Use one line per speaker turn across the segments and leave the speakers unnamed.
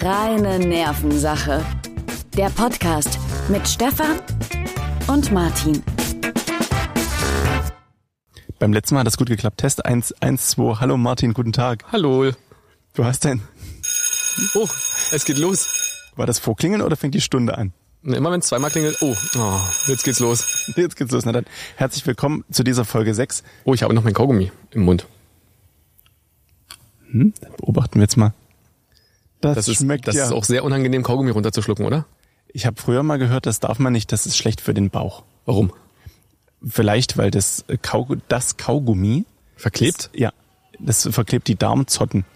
Reine Nervensache. Der Podcast mit Stefan und Martin.
Beim letzten Mal hat das gut geklappt. Test 1, 1, 2. Hallo Martin, guten Tag.
Hallo.
Du hast dein.
Oh, es geht los.
War das Vorklingeln oder fängt die Stunde an?
Ne, Immer wenn es zweimal klingelt, oh, oh, jetzt geht's los.
Jetzt geht's los. Na dann, herzlich willkommen zu dieser Folge 6.
Oh, ich habe noch mein Kaugummi im Mund.
Hm? Dann beobachten wir jetzt mal. Das, schmeckt
ist, das
ja.
ist auch sehr unangenehm, Kaugummi runterzuschlucken, oder?
ich habe früher mal gehört, das darf man nicht, das ist schlecht für den Bauch.
Warum?
Vielleicht, weil das, Kaug das Kaugummi.
Verklebt?
Ja. Das verklebt die Darmzotten.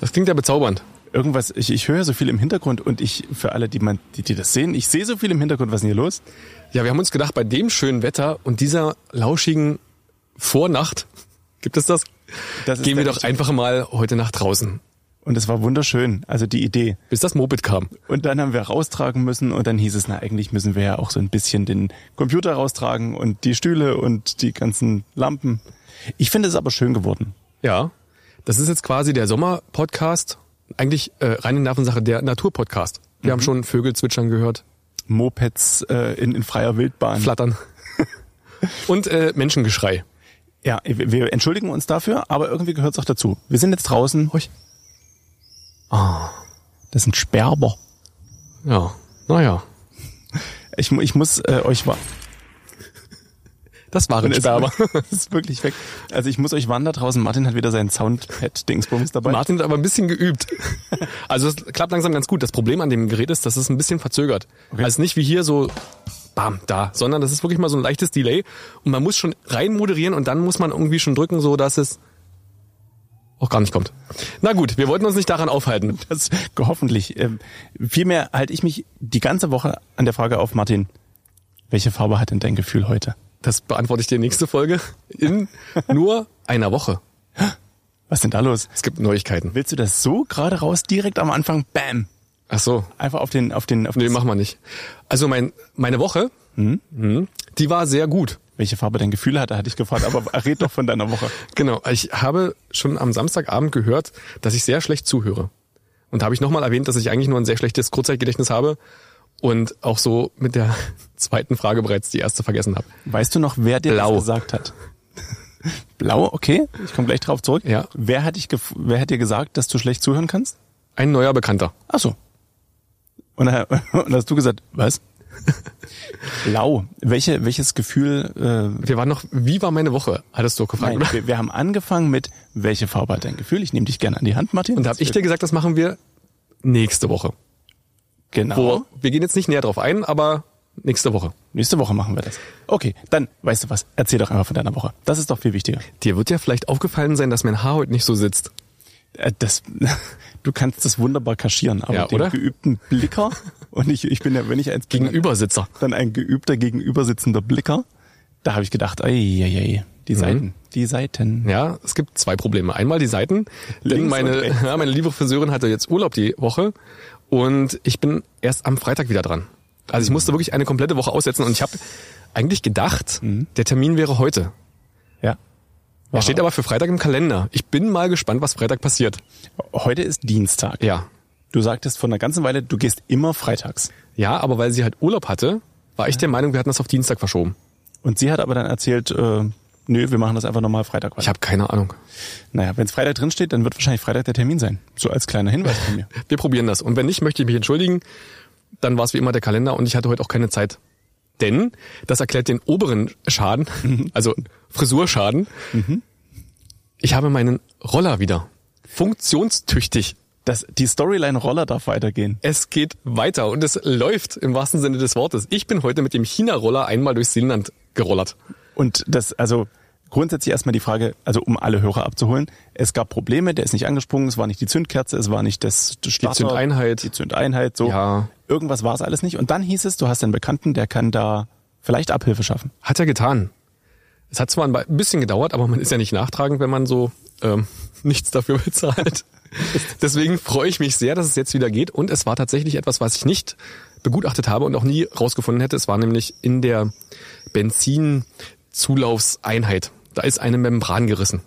Das klingt ja bezaubernd.
Irgendwas, ich, ich höre so viel im Hintergrund und ich, für alle, die, man, die, die das sehen, ich sehe so viel im Hintergrund, was ist denn hier los?
Ja, wir haben uns gedacht, bei dem schönen Wetter und dieser lauschigen Vornacht, gibt es das?
Das ist
Gehen wir
der
doch
richtige-
einfach mal heute Nacht draußen,
Und es war wunderschön, also die Idee.
bis das Moped kam.
Und dann haben wir raustragen müssen und dann hieß es, na eigentlich müssen wir ja auch so ein bisschen den Computer raustragen und die Stühle und die ganzen Lampen. Ich finde es aber schön geworden.
Ja, das ist jetzt quasi der Sommer-Podcast, eigentlich äh, reine Nervensache, der Natur-Podcast. Wir
Mhm.
haben schon Vögel zwitschern gehört,
Mopeds äh, in, in freier Wildbahn.
flattern und äh, Menschengeschrei.
ja, wir wir entschuldigen uns dafür, aber irgendwie gehört es auch dazu. Wir sind jetzt draußen. Ah,
Horch.
Das sind Sperber.
Ja, naja.
Ich, mu- ich muss äh, euch wa-
Das waren
Es-
Sperber.
Es ist wirklich weg. Also ich muss euch warnen da draußen. Martin hat wieder sein Soundpad-Dingsbums dabei.
Martin hat aber ein bisschen geübt. Also es klappt langsam ganz gut. Das Problem an dem Gerät ist, dass es ein bisschen verzögert. Also nicht wie hier so bam, da, sondern das ist wirklich mal so ein leichtes Delay und man muss schon rein moderieren und dann muss man irgendwie schon drücken, so dass es auch gar nicht kommt. Na gut, wir wollten uns nicht daran aufhalten.
Das, hoffentlich. Ähm, vielmehr halte ich mich die ganze Woche an der Frage auf, Martin, welche Farbe hat denn dein Gefühl heute?
Das beantworte ich dir nächste Folge in nur einer Woche.
Was ist denn da los?
Es gibt Neuigkeiten.
Willst du das so gerade raus, direkt am Anfang, bam,
Ach so,
einfach auf den, auf den, auf
nee,
das-
machen wir nicht. Also mein, meine Woche, mhm, die war sehr gut.
welche Farbe dein Gefühl hatte, hatte ich gefragt, aber red doch von deiner Woche.
Genau, ich habe schon am Samstagabend gehört, dass ich sehr schlecht zuhöre. Und da habe ich nochmal erwähnt, dass ich eigentlich nur ein sehr schlechtes Kurzzeitgedächtnis habe und auch so mit der zweiten Frage bereits die erste vergessen habe.
Weißt du noch, wer dir
Blau.
das gesagt hat? Blau, okay, ich komme gleich drauf zurück.
Ja.
Wer hat dich, gef- wer hat dir gesagt, dass du schlecht zuhören kannst?
Ein neuer Bekannter.
Ach so. Und, dann- und hast du gesagt, was? Blau. Welche, welches Gefühl, äh,
Wir waren noch, wie war meine Woche? Hattest du auch gefragt,
Nein,
oder?
wir, wir haben angefangen mit, welche Farbe hat dein Gefühl? Ich nehme dich gerne an die Hand, Martin.
Und da habe ich dir gesagt, das machen wir nächste Woche.
genau.
Wo, wir gehen jetzt nicht näher drauf ein, aber nächste Woche.
Nächste Woche machen wir das. Okay, dann weißt du was. Erzähl doch einfach von deiner Woche. Das ist doch viel wichtiger.
Dir wird ja vielleicht aufgefallen sein, dass mein Haar heute nicht so sitzt.
Äh, Das, du kannst das wunderbar kaschieren, aber
Ja,
den
oder?
geübten Blicker und ich, ich bin ja, wenn ich eins bin,
Gegenübersitzer.
dann ein geübter gegenübersitzender Blicker. Da habe ich gedacht, ei, ei, ei,
Mhm.
die Seiten, die Seiten.
Ja, es gibt zwei Probleme. Einmal die Seiten. Denn
Links und
meine,
rechts.
ja, meine liebe Friseurin hatte jetzt Urlaub die Woche und ich bin erst am Freitag wieder dran. Also ich musste wirklich eine komplette Woche aussetzen und ich habe eigentlich gedacht, der Termin wäre heute.
Ja.
Er steht aber für Freitag im Kalender. Ich bin mal gespannt, was Freitag passiert.
Heute ist Dienstag.
Ja.
Du sagtest vor einer ganzen Weile, du gehst immer freitags.
Ja, aber weil sie halt Urlaub hatte, war ich der Meinung, wir hatten das auf Dienstag verschoben.
Und sie hat aber dann erzählt, äh, nö, wir machen das einfach normal Freitag weiter.
Ich habe keine Ahnung.
Naja, wenn es Freitag drinsteht, dann wird wahrscheinlich Freitag der Termin sein. So als kleiner Hinweis von mir.
Wir probieren das. Und wenn nicht, möchte ich mich entschuldigen. Dann war es wie immer der Kalender und ich hatte heute auch keine Zeit. Denn das erklärt den oberen Schaden, also Frisurschaden. Ich habe meinen Roller wieder. Funktionstüchtig.
Das, die Storyline Roller darf weitergehen.
Es geht weiter und es läuft im wahrsten Sinne des Wortes. Ich bin heute mit dem China-Roller einmal durchs Inland gerollert.
Und das, also grundsätzlich erstmal die Frage, also um alle Hörer abzuholen, es gab Probleme, der ist nicht angesprungen, es war nicht die Zündkerze, es war nicht das, das Starter,
Zündeinheit.
Die Zündeinheit, so.
Ja.
Irgendwas war es alles nicht. Und dann hieß es, du hast einen Bekannten, der kann da vielleicht Abhilfe schaffen.
Hat er getan. Es hat zwar ein bisschen gedauert, aber man ist ja nicht nachtragend, wenn man so ähm, nichts dafür bezahlt. Deswegen freue ich mich sehr, dass es jetzt wieder geht. Und es war tatsächlich etwas, was ich nicht begutachtet habe und auch nie rausgefunden hätte. Es war nämlich in der Benzinzulaufseinheit. Da ist eine Membran gerissen.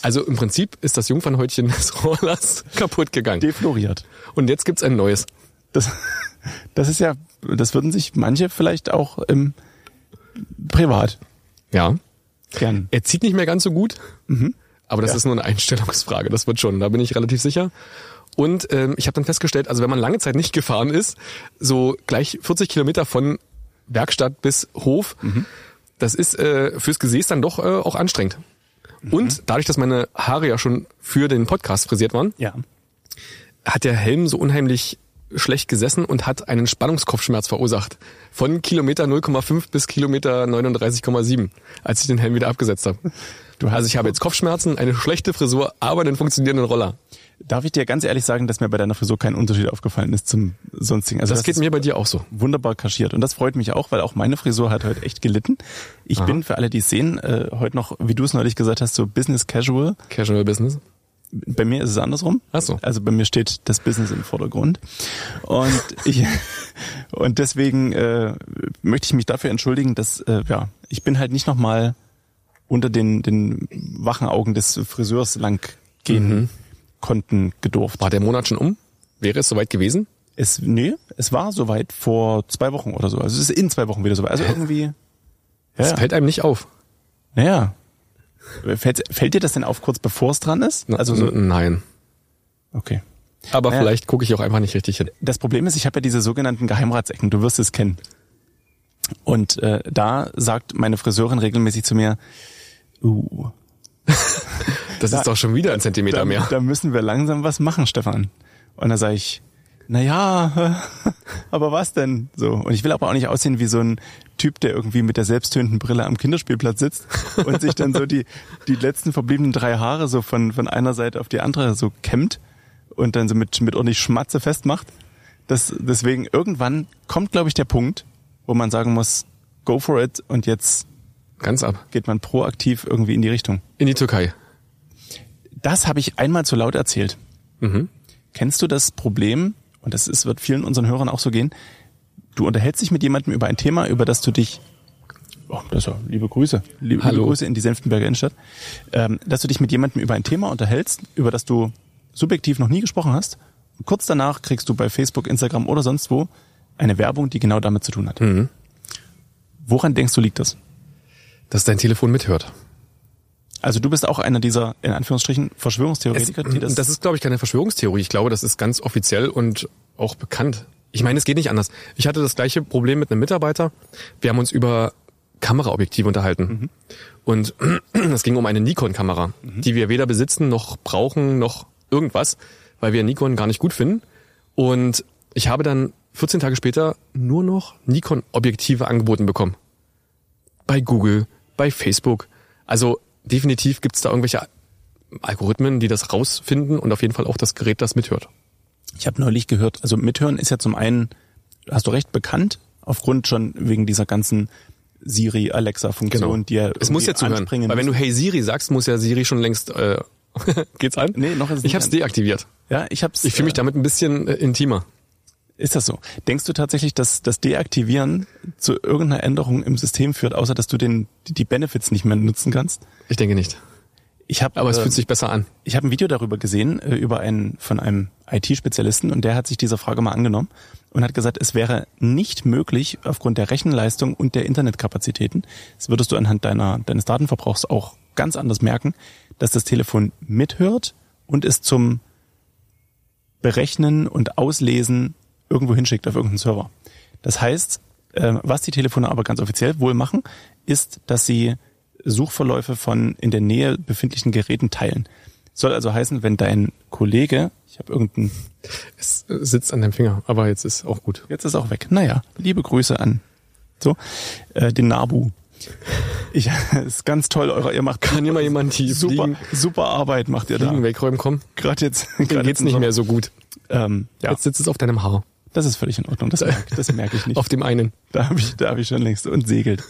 Also im Prinzip ist das Jungfernhäutchen des Rollers kaputt gegangen.
Defloriert.
Und jetzt gibt's ein neues.
Das, das ist ja, das würden sich manche vielleicht auch im privat
Ja.
gern.
Er zieht nicht mehr ganz so gut, aber das ist nur eine Einstellungsfrage, das wird schon, da bin ich relativ sicher. Und ähm, ich habe dann festgestellt, also wenn man lange Zeit nicht gefahren ist, so gleich 40 Kilometer von Werkstatt bis Hof, das ist äh, fürs Gesäß dann doch äh, auch anstrengend. Und dadurch, dass meine Haare ja schon für den Podcast frisiert waren,
Ja.
hat der Helm so unheimlich schlecht gesessen und hat einen Spannungskopfschmerz verursacht. Von Kilometer 0,5 bis Kilometer 39,7, als ich den Helm wieder abgesetzt habe.
Du hast-
also ich habe jetzt Kopfschmerzen, eine schlechte Frisur, aber einen funktionierenden Roller.
Darf ich dir ganz ehrlich sagen, dass mir bei deiner Frisur kein Unterschied aufgefallen ist zum sonstigen? Also
Das, geht
ist
mir bei dir auch so.
wunderbar kaschiert und das freut mich auch, weil auch meine Frisur hat heute echt gelitten. Ich bin für alle, die es sehen, äh, heute noch, wie du es neulich gesagt hast, so Business Casual.
Casual Business.
Bei mir ist es andersrum.
Ach so.
Also bei mir steht das Business im Vordergrund. Und ich und deswegen äh, möchte ich mich dafür entschuldigen, dass äh, ja, ich bin halt nicht nochmal unter den, den wachen Augen des Friseurs lang gehen
Mhm.
konnten gedurft.
War der Monat schon um? Wäre es soweit gewesen?
Es, nee, es war soweit vor zwei Wochen oder so. Also es ist in zwei Wochen wieder soweit. Also irgendwie.
Das
Ja,
fällt einem nicht auf.
naja. Fällt, fällt dir das denn auf kurz bevor es dran ist?
Na,
Also so,
n- nein.
okay.
Aber
Ja.
vielleicht gucke ich auch einfach nicht richtig hin.
Das Problem ist, ich habe ja diese sogenannten Geheimratsecken, du wirst es kennen. Und äh, da sagt meine Friseurin regelmäßig zu mir, uh,
Das ist doch schon wieder ein Zentimeter
da,
mehr.
da müssen wir langsam was machen, Stefan. Und da sage ich, na ja, aber was denn? So. Und ich will aber auch nicht aussehen wie so ein Typ, der irgendwie mit der selbsttönenden Brille am Kinderspielplatz sitzt und sich dann so die, die letzten verbliebenen drei Haare so von, von einer Seite auf die andere so kämmt und dann so mit, mit ordentlich Schmatze festmacht. Das, deswegen irgendwann kommt, glaube ich, der Punkt, wo man sagen muss, go for it und jetzt
Ganz ab.
geht man proaktiv irgendwie in die Richtung.
In die Türkei.
Das habe ich einmal zu laut erzählt.
Mhm.
Kennst du das Problem, und das ist, wird vielen unseren Hörern auch so gehen, du unterhältst dich mit jemandem über ein Thema, über das du dich, oh, das ist ja, liebe Grüße, liebe, liebe
Hallo.
Grüße in die Senftenberger Innenstadt, ähm, dass du dich mit jemandem über ein Thema unterhältst, über das du subjektiv noch nie gesprochen hast. Und kurz danach kriegst du bei Facebook, Instagram oder sonst wo eine Werbung, die genau damit zu tun hat.
Mhm.
Woran denkst du, liegt das?
Dass dein Telefon mithört.
Also du bist auch einer dieser, in Anführungsstrichen,
Es,
Verschwörungstheoretiker, die das...
Äh, das ist, glaube ich, keine Verschwörungstheorie. Ich glaube, das ist ganz offiziell und auch bekannt. Ich meine, es geht nicht anders. Ich hatte das gleiche Problem mit einem Mitarbeiter. Wir haben uns über Kameraobjektive
Mhm.
unterhalten. Und es ging um eine Nikon-Kamera, die wir weder besitzen noch brauchen noch irgendwas, weil wir Nikon gar nicht gut finden. Und ich habe dann 14 Tage später nur noch Nikon-Objektive angeboten bekommen. Bei Google, bei Facebook. Also definitiv gibt's da irgendwelche Algorithmen, die das rausfinden und auf jeden Fall auch das Gerät, das mithört.
Ich habe neulich gehört, also mithören ist ja zum einen, hast du recht, bekannt, aufgrund schon wegen dieser ganzen Siri, Alexa-Funktion, die ja
Genau. es muss
irgendwie
ja zuhören.
anspringen
Weil wenn du Hey Siri sagst, muss ja Siri schon längst äh, geht's an?
Nee, noch ist es
Ich
nicht
hab's
an.
deaktiviert.
ja, ich hab's,
Ich fühle mich damit ein bisschen äh, intimer.
Ist das so? Denkst du tatsächlich, dass das Deaktivieren zu irgendeiner Änderung im System führt, außer dass du den die- die Benefits nicht mehr nutzen kannst?
Ich denke nicht.
Ich äh, habe
Aber es fühlt sich besser an.
ich habe ein Video darüber gesehen äh, über einen von einem IT-Spezialisten und der hat sich dieser Frage mal angenommen und hat gesagt, es wäre nicht möglich aufgrund der Rechenleistung und der Internetkapazitäten. Das würdest du anhand deiner deines Datenverbrauchs auch ganz anders merken, dass das Telefon mithört und es zum Berechnen und Auslesen irgendwo hinschickt auf irgendeinen Server. Das heißt, äh, was die Telefone aber ganz offiziell wohl machen, ist, dass sie Suchverläufe von in der Nähe befindlichen Geräten teilen. Soll also heißen, wenn dein Kollege, ich habe irgendeinen,
Es äh, sitzt an deinem Finger, aber jetzt ist auch gut.
jetzt ist auch weg. Naja, liebe Grüße an so äh, den Nabu. Ich, ist ganz toll, eurer, ihr macht
Kann hier mal jemand die
super,
Fliegen,
super Arbeit macht ihr da.
Fliegen wegräumen kommen?
Gerade jetzt,
Dann
gerade
geht's nicht mehr so gut.
Ähm, ja,
Jetzt sitzt es auf deinem Haar.
das ist völlig in Ordnung. Das merke, das merke ich nicht.
Auf dem einen.
Da habe ich, da hab ich schon längst und segelt.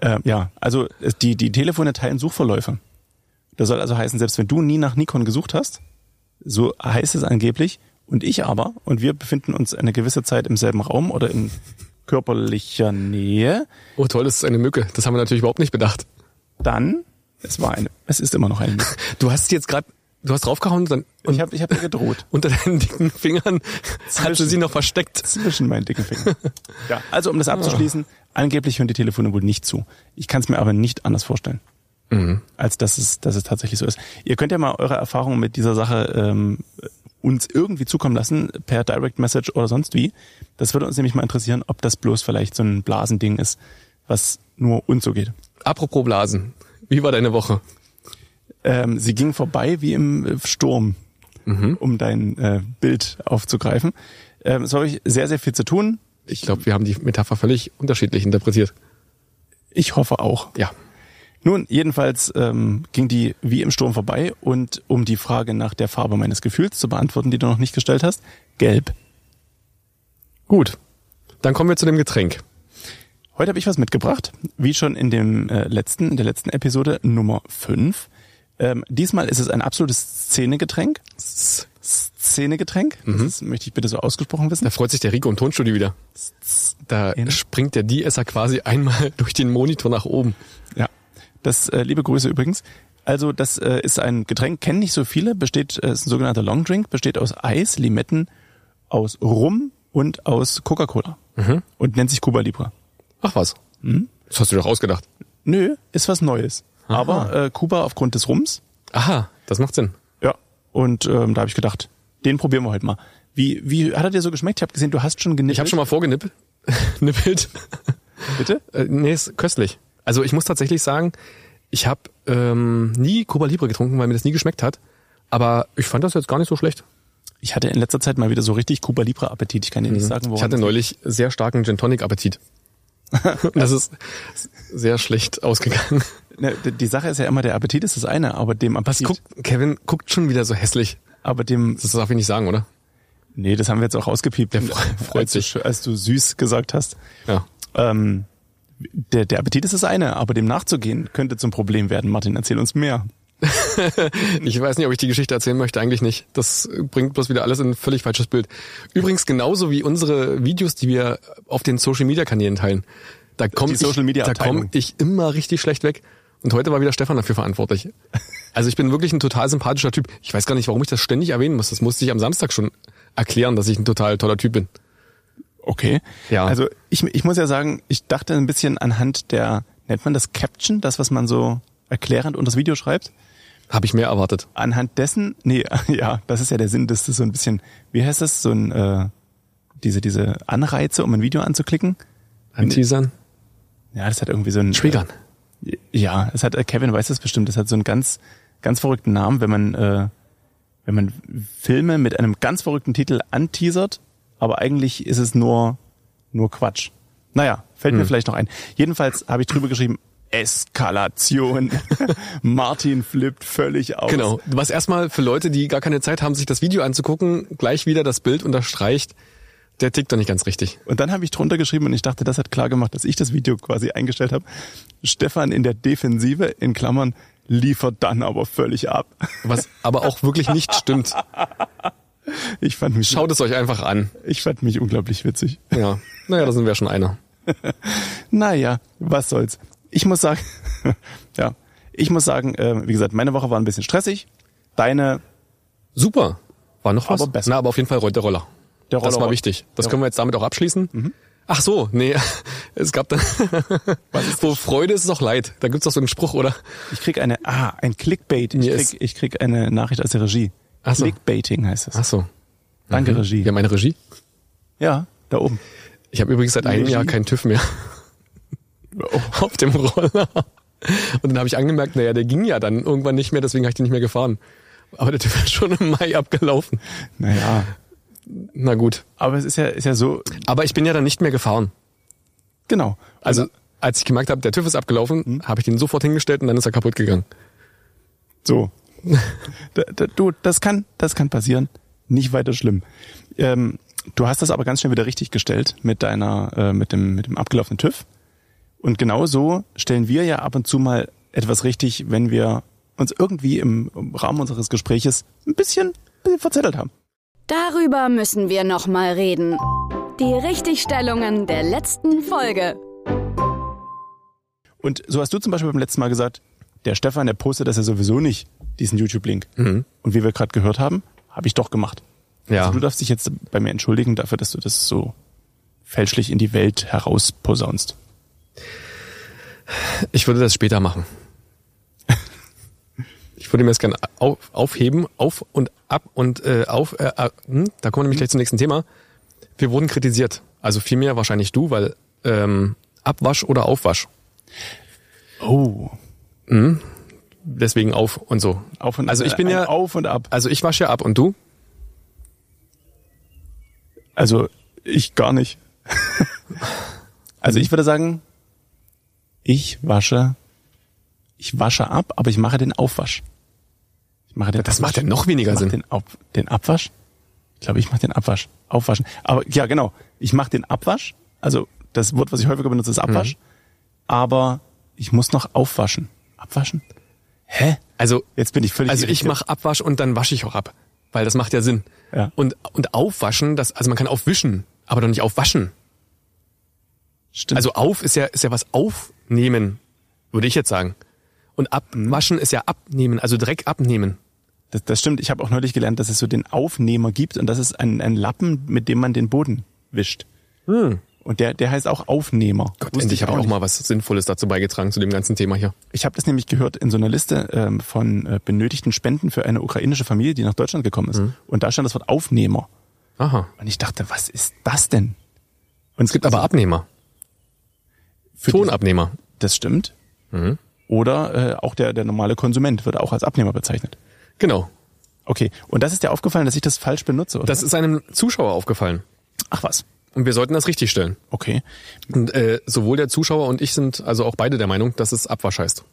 ähm, ja, also es- die, die Telefone teilen Suchverläufe. Das soll also heißen, selbst wenn du nie nach Nikon gesucht hast, so heißt es angeblich, und ich aber, und wir befinden uns eine gewisse Zeit im selben Raum oder in körperlicher Nähe,
Oh toll, das ist eine Mücke. Das haben wir natürlich überhaupt nicht bedacht.
dann Es war eine. Es ist immer noch eine.
Du hast jetzt gerade, du hast draufgehauen und dann und
Ich habe ich hab ihr gedroht.
unter deinen dicken Fingern hat sie
Zwischen-
sie noch versteckt.
Zwischen meinen dicken Fingern. Ja, also um das abzuschließen, angeblich hören die Telefone wohl nicht zu. Ich kann es mir aber nicht anders vorstellen, als dass es, dass es tatsächlich so ist. Ihr könnt ja mal eure Erfahrungen mit dieser Sache ähm, uns irgendwie zukommen lassen, per Direct Message oder sonst wie. Das würde uns nämlich mal interessieren, ob das bloß vielleicht so ein Blasending ist, was nur uns so geht.
Apropos Blasen. Wie war deine Woche?
Ähm, sie ging vorbei wie im äh, Sturm, um dein äh, Bild aufzugreifen. Ähm, es war wirklich sehr, sehr viel zu tun.
Ich glaube, wir haben die Metapher völlig unterschiedlich interpretiert.
Ich hoffe auch.
Ja.
Nun, jedenfalls ähm, ging die wie im Sturm vorbei und um die Frage nach der Farbe meines Gefühls zu beantworten, die du noch nicht gestellt hast, gelb.
Gut. Dann kommen wir zu dem Getränk.
Heute habe ich was mitgebracht, wie schon in dem äh, letzten, in der letzten Episode Nummer 5. Ähm, diesmal ist es ein absolutes Szenegetränk. Szenegetränk, das möchte ich bitte so ausgesprochen wissen.
Da freut sich der Rico im Tonstudio wieder. Da springt der De-Esser quasi einmal durch den Monitor nach oben.
Ja, das äh, liebe Grüße übrigens. Also das äh, ist ein Getränk, kennen nicht so viele, besteht äh, ist ein sogenannter Long Drink, besteht aus Eis, Limetten, aus Rum und aus Coca-Cola
Mhm.
und nennt sich Cuba Libre.
Ach was. Das hast du doch ausgedacht.
Nö, ist was Neues. Aber äh, Cuba aufgrund des Rums.
Aha, das macht Sinn.
Ja. Und ähm, da habe ich gedacht, den probieren wir heute mal. Wie, wie hat er dir so geschmeckt? Ich habe gesehen, du hast schon genippelt.
Ich habe schon mal vorgenippelt. Nippelt.
bitte.
Äh, nee, ist köstlich. Also ich muss tatsächlich sagen, ich habe ähm, nie Cuba Libre getrunken, weil mir das nie geschmeckt hat. Aber ich fand das jetzt gar nicht so schlecht.
Ich hatte in letzter Zeit mal wieder so richtig Cuba Libre Appetit. Ich kann dir nicht sagen, woran.
Mhm. Ich hatte neulich sehr starken Gin Tonic Appetit. Und das ist sehr schlecht ausgegangen.
Na, Ne, die- die Sache ist ja immer, der Appetit ist das eine, aber dem
Was
Appetit,
guckt, Kevin guckt schon wieder so hässlich.
aber dem
Das darf ich nicht sagen, oder?
Nee, das haben wir jetzt auch rausgepiept. Der
freut
als, du-
sich.
Als du süß gesagt hast.
Ja.
Ähm, der, der Appetit ist das eine, aber dem nachzugehen könnte zum Problem werden. Martin, erzähl uns mehr.
Ich weiß nicht, ob ich die Geschichte erzählen möchte, eigentlich nicht. Das bringt bloß wieder alles in ein völlig falsches Bild. Übrigens genauso wie unsere Videos, die wir auf den Social Media Kanälen teilen. Da komme
Die Social Media
da komm
Abteilung.
ich immer richtig schlecht weg. Und heute war wieder Stefan dafür verantwortlich. Also ich bin wirklich ein total sympathischer Typ. Ich weiß gar nicht, warum ich das ständig erwähnen muss. Das musste ich am Samstag schon erklären, dass ich ein total toller Typ bin.
Okay.
Ja.
Also ich, ich muss ja sagen, ich dachte ein bisschen anhand der, nennt man das Caption, das, was man so erklärend unter das Video schreibt?
Habe ich mehr erwartet.
Anhand dessen, nee, ja, das ist ja der Sinn, das ist so ein bisschen, wie heißt das, so ein, äh, diese, diese Anreize, um ein Video anzuklicken?
Anteasern?
Ja, das hat irgendwie so ein...
Triggern.
Ja, es hat äh, Kevin weiß das bestimmt. Das hat so einen ganz ganz verrückten Namen, wenn man äh, wenn man Filme mit einem ganz verrückten Titel anteasert, aber eigentlich ist es nur nur Quatsch. Naja, fällt mir vielleicht noch ein. Jedenfalls habe ich drüber geschrieben Eskalation. Martin flippt völlig aus.
Genau. Was erstmal für Leute, die gar keine Zeit haben, sich das Video anzugucken, gleich wieder das Bild unterstreicht, der tickt doch nicht ganz richtig.
Und dann habe ich drunter geschrieben und ich dachte, das hat klar gemacht, dass ich das Video quasi eingestellt habe. Stefan in der Defensive in Klammern liefert dann aber völlig ab.
Was aber auch wirklich nicht stimmt.
Ich fand mich
Schaut es euch einfach an.
ich fand mich unglaublich witzig.
Ja. Naja, da sind wir schon einer.
Naja, was soll's. Ich muss sagen, ja, ich muss sagen, äh, wie gesagt, meine Woche war ein bisschen stressig. Deine,
Super. War noch was?
Aber besser.
Na, aber auf jeden Fall rollt der Roller.
Der
das
Roller
war
rollt.
wichtig. Das
Ja. Mhm.
können wir jetzt damit auch abschließen. Ach so, nee. Es gab dann. Wo Freude ist, ist auch Leid. Da gibt's doch so einen Spruch, oder?
ich krieg eine, ah, ein Clickbait. Ich
Mir ist-
krieg, ich krieg eine Nachricht aus der Regie.
Ach so.
Clickbaiting heißt es.
Ach so. Mhm.
Danke, Regie.
Ja, meine Regie.
Ja, da oben.
Ich habe übrigens seit einem
Regie?
Jahr keinen TÜV mehr. Auf dem Roller. Und dann habe ich angemerkt, naja, der ging ja dann irgendwann nicht mehr, deswegen habe ich den nicht mehr gefahren. Aber der TÜV ist schon im Mai abgelaufen.
Naja.
Na gut.
Aber es ist ja, ist ja so,
Aber ich bin ja dann nicht mehr gefahren.
genau.
Also als ich gemerkt habe, der TÜV ist abgelaufen,
Hm?
habe ich den sofort hingestellt und dann ist er kaputt gegangen.
So. da, da, du, das kann, das kann passieren. Nicht weiter schlimm. Ähm, du hast das aber ganz schnell wieder richtig gestellt mit deiner, äh, mit dem, mit dem abgelaufenen TÜV. Und genau so stellen wir ja ab und zu mal etwas richtig, wenn wir uns irgendwie im Rahmen unseres Gespräches ein bisschen, bisschen verzettelt haben.
Darüber müssen wir nochmal reden. Die Richtigstellungen der letzten Folge.
Und so hast du zum Beispiel beim letzten Mal gesagt, der Stefan, der postet das ja sowieso nicht, diesen YouTube-Link. Und wie wir gerade gehört haben, habe ich doch gemacht.
Ja.
Also du darfst dich jetzt bei mir entschuldigen dafür, dass du das so fälschlich in die Welt herausposaunst.
Ich würde das später machen. Ich würde mir das gerne auf, aufheben, auf und ab und äh, auf. Äh, äh, hm, da kommen wir nämlich gleich zum nächsten Thema. Wir wurden kritisiert. Also vielmehr wahrscheinlich du, weil ähm, Abwasch oder Aufwasch.
Oh.
Deswegen auf und so.
Auf und
also
ab.
ich bin
ein
ja.
Auf und ab.
Also ich wasche ja ab und du?
Also ich gar nicht. also ich würde sagen, ich wasche, ich wasche ab, aber ich mache den Aufwasch. Ich mache den
Das macht ja noch weniger
ich mache
Sinn.
Den, Ab, den Abwasch? Ich glaube, ich mache den Abwasch. Aufwaschen. Aber ja, genau. Ich mache den Abwasch. Also das Wort, was ich häufiger benutze, ist Abwasch.
Mhm.
Aber ich muss noch aufwaschen. Abwaschen? Hä?
Also
Jetzt bin ich völlig
Also ich
irritiert.
mache Abwasch und dann wasche ich auch ab, weil das macht ja Sinn.
Ja.
Und und aufwaschen, das also man kann aufwischen, aber doch nicht aufwaschen.
Stimmt.
Also auf ist ja ist ja was aufnehmen, würde ich jetzt sagen. Und abwaschen ist ja abnehmen, also Dreck abnehmen.
Das, das stimmt. Ich habe auch neulich gelernt, dass es so den Aufnehmer gibt und das ist ein, ein Lappen, mit dem man den Boden wischt. Und der, der heißt auch Aufnehmer.
Hm. Gott,
Wusste
endlich habe ich auch
nicht.
mal was Sinnvolles dazu beigetragen zu dem ganzen Thema hier.
Ich habe das nämlich gehört in so einer Liste ähm, von äh, benötigten Spenden für eine ukrainische Familie, die nach Deutschland gekommen ist.
Hm.
Und da stand das Wort Aufnehmer.
Aha.
Und ich dachte, was ist das denn? Und
Es gibt aber Abnehmer,
für die-
Tonabnehmer.
Das stimmt.
Mhm.
Oder äh, auch der, der normale Konsument wird auch als Abnehmer bezeichnet.
Genau.
Okay. Und das ist dir aufgefallen, dass ich das falsch benutze, oder?
Das ist einem Zuschauer aufgefallen
Ach was.
und wir sollten das richtig stellen.
Okay.
Und, äh, sowohl der Zuschauer und ich sind also auch beide der Meinung, dass es Abwasch heißt.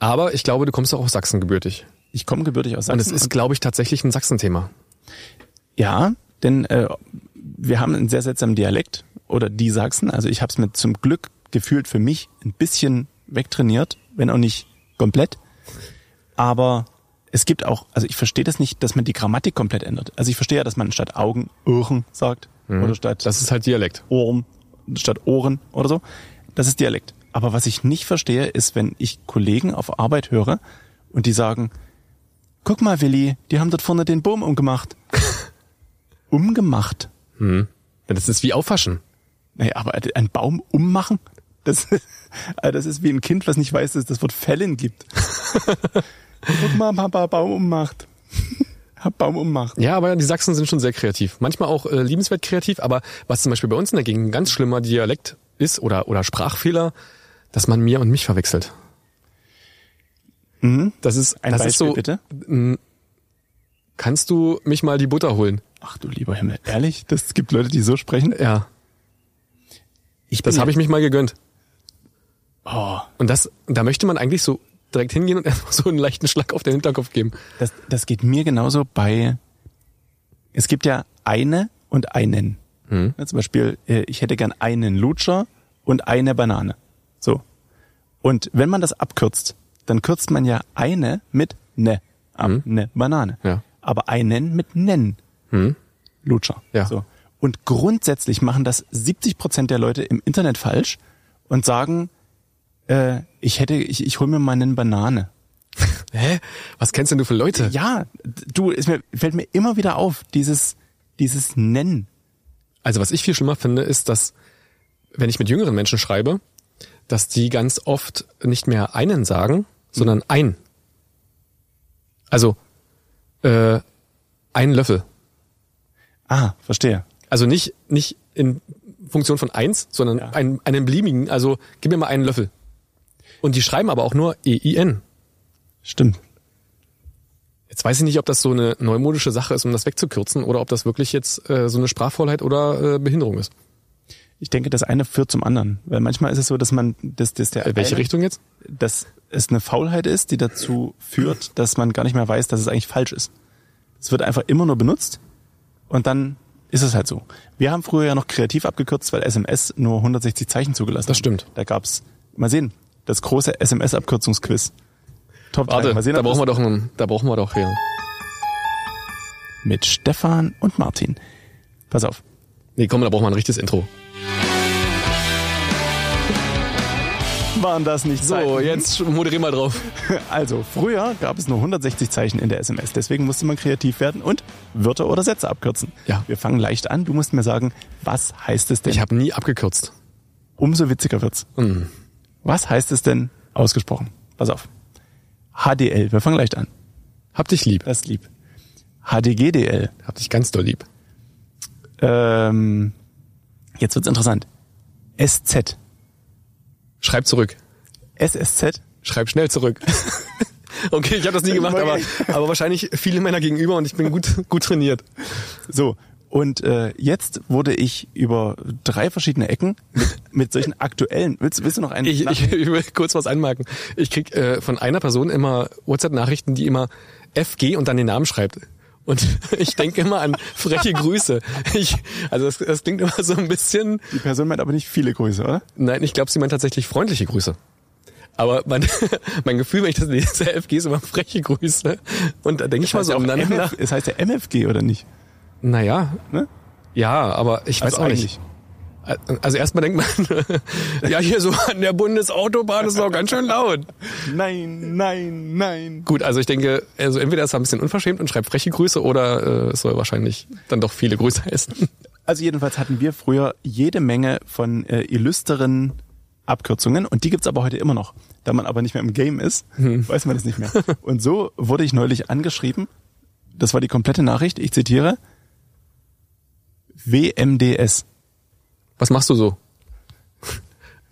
Aber ich glaube, du kommst doch aus Sachsen gebürtig.
Ich komme gebürtig aus Sachsen.
Und es ist, glaube ich, tatsächlich ein Sachsen-Thema.
Ja, denn äh, wir haben einen sehr seltsamen Dialekt oder die Sachsen. Also ich habe es mir zum Glück gefühlt für mich ein bisschen wegtrainiert, wenn auch nicht komplett. Aber es gibt auch, also ich verstehe das nicht, dass man die Grammatik komplett ändert. Also ich verstehe ja, dass man statt Augen Ohren sagt oder statt
Das ist halt Dialekt.
Ohren statt Ohren oder so. Das ist Dialekt. Aber was ich nicht verstehe, ist, wenn ich Kollegen auf Arbeit höre und die sagen, guck mal, Willi, die haben dort vorne den Boom umgemacht. umgemacht?
Das ist wie Aufwaschen.
Naja, aber einen Baum ummachen? Das, also das ist wie ein Kind, was nicht weiß, dass es das Wort fällen gibt. guck mal, Papa, Baum ummacht. Hab Baum ummacht.
Ja, aber die Sachsen sind schon sehr kreativ. Manchmal auch äh, liebenswert kreativ, aber was zum Beispiel bei uns in der Gegend ein ganz schlimmer Dialekt ist oder, oder Sprachfehler, dass man mir und mich verwechselt. Das ist,
Mhm. Ein
das
Beispiel
ist so,
bitte.
kannst du mich mal die Butter holen?
Ach du lieber Himmel, ehrlich? Das gibt Leute, die so sprechen?
Ja,
Ich
das habe ich mich mal gegönnt.
Oh.
Und das, da möchte man eigentlich so direkt hingehen und einfach so einen leichten Schlag auf den Hinterkopf geben.
Das, das geht mir genauso bei. Es gibt ja eine und einen.
Mhm.
Ja, zum Beispiel, äh, ich hätte gern einen Lutscher und eine Banane. So. Und wenn man das abkürzt, dann kürzt man ja eine mit ne ab, ne Banane.
Mhm. Ja. Mhm.
Aber einen mit nen. Lutscher.
Ja.
So. Und grundsätzlich machen das 70 Prozent der Leute im Internet falsch und sagen, äh, ich hätte, ich, ich hole mir mal einen Banane.
Hä? Was kennst denn du für Leute?
Ja, d- du, es mir, fällt mir immer wieder auf, dieses, dieses Nennen.
Also was ich viel schlimmer finde, ist, dass wenn ich mit jüngeren Menschen schreibe, dass die ganz oft nicht mehr einen sagen, sondern
Mhm.
ein. Also äh, ein Löffel.
Ah, verstehe.
Also nicht nicht in Funktion von eins, sondern
Ja.
ein, einen beliebigen. Also gib mir mal einen Löffel. Und die schreiben aber auch nur E EIN.
Stimmt.
Jetzt weiß ich nicht, ob das so eine neumodische Sache ist, um das wegzukürzen, oder ob das wirklich jetzt äh, so eine Sprachvorheit oder äh, Behinderung ist.
Ich denke, das eine führt zum anderen. Weil manchmal ist es so, dass man, dass, dass der
Äh, welche
eine,
Richtung jetzt?
dass es eine Faulheit ist, die dazu führt, dass man gar nicht mehr weiß, dass es eigentlich falsch ist. Es wird einfach immer nur benutzt und dann ist es halt so. Wir haben früher ja noch kreativ abgekürzt, weil SMS nur 160 Zeichen zugelassen
Das
haben.
stimmt.
Da gab's, mal sehen, das große SMS-Abkürzungsquiz. Top drei.
Warte,
mal sehen,
da
ob das-
brauchen wir doch, einen- da brauchen wir doch hier.
mit Stefan und Martin. Pass auf.
Nee, komm, da braucht man ein richtiges Intro.
waren das nicht
So,
Zeiten.
jetzt moderier mal drauf.
Also, früher gab es nur 160 Zeichen in der SMS. Deswegen musste man kreativ werden und Wörter oder Sätze abkürzen.
Ja.
Wir fangen leicht an. Du musst mir sagen, was heißt es denn?
Ich Hm. habe nie abgekürzt.
Umso witziger wird's. Was heißt es denn ausgesprochen? Pass auf. HDL. Wir fangen leicht an.
Hab dich lieb.
Das ist lieb. HDGDL.
Hab dich ganz doll lieb.
Ähm, jetzt wird's interessant. SZ.
Schreib zurück.
SSZ.
Schreib schnell zurück. okay, ich habe das nie gemacht, aber, aber wahrscheinlich viele Männer gegenüber und ich bin gut, gut trainiert.
So. Und äh, jetzt wurde ich über drei verschiedene Ecken mit, mit solchen aktuellen. Willst, willst du noch einen?
Ich, ich, ich will kurz was anmerken. Ich krieg äh, von einer Person immer WhatsApp-Nachrichten, die immer FG und dann den Namen schreibt. Und ich denke immer an freche Grüße. Ich, also das, das klingt immer so ein bisschen.
Die Person meint aber nicht viele Grüße, oder?
Nein, ich glaube, sie meint tatsächlich freundliche Grüße. Aber mein, mein Gefühl, wenn ich das lese, FG ist immer freche Grüße. Und da denke ich mal so um dann nach.
MF, es heißt ja MFG, oder nicht?
Naja,
Ne?
ja, aber ich
Also
weiß auch nicht. Also erstmal denkt man, ja, hier so an der Bundesautobahn ist noch ganz schön laut.
Nein, nein, nein.
Gut, also ich denke, also entweder ist er ein bisschen unverschämt und schreibt freche Grüße oder äh, es soll wahrscheinlich dann doch viele Grüße heißen.
Also jedenfalls hatten wir früher jede Menge von äh, illustren Abkürzungen und die gibt's aber heute immer noch. Da man aber nicht mehr im Game ist, weiß man das nicht mehr. Und so wurde ich neulich angeschrieben. Das war die komplette Nachricht. Ich zitiere. WMDS.
Was machst du so?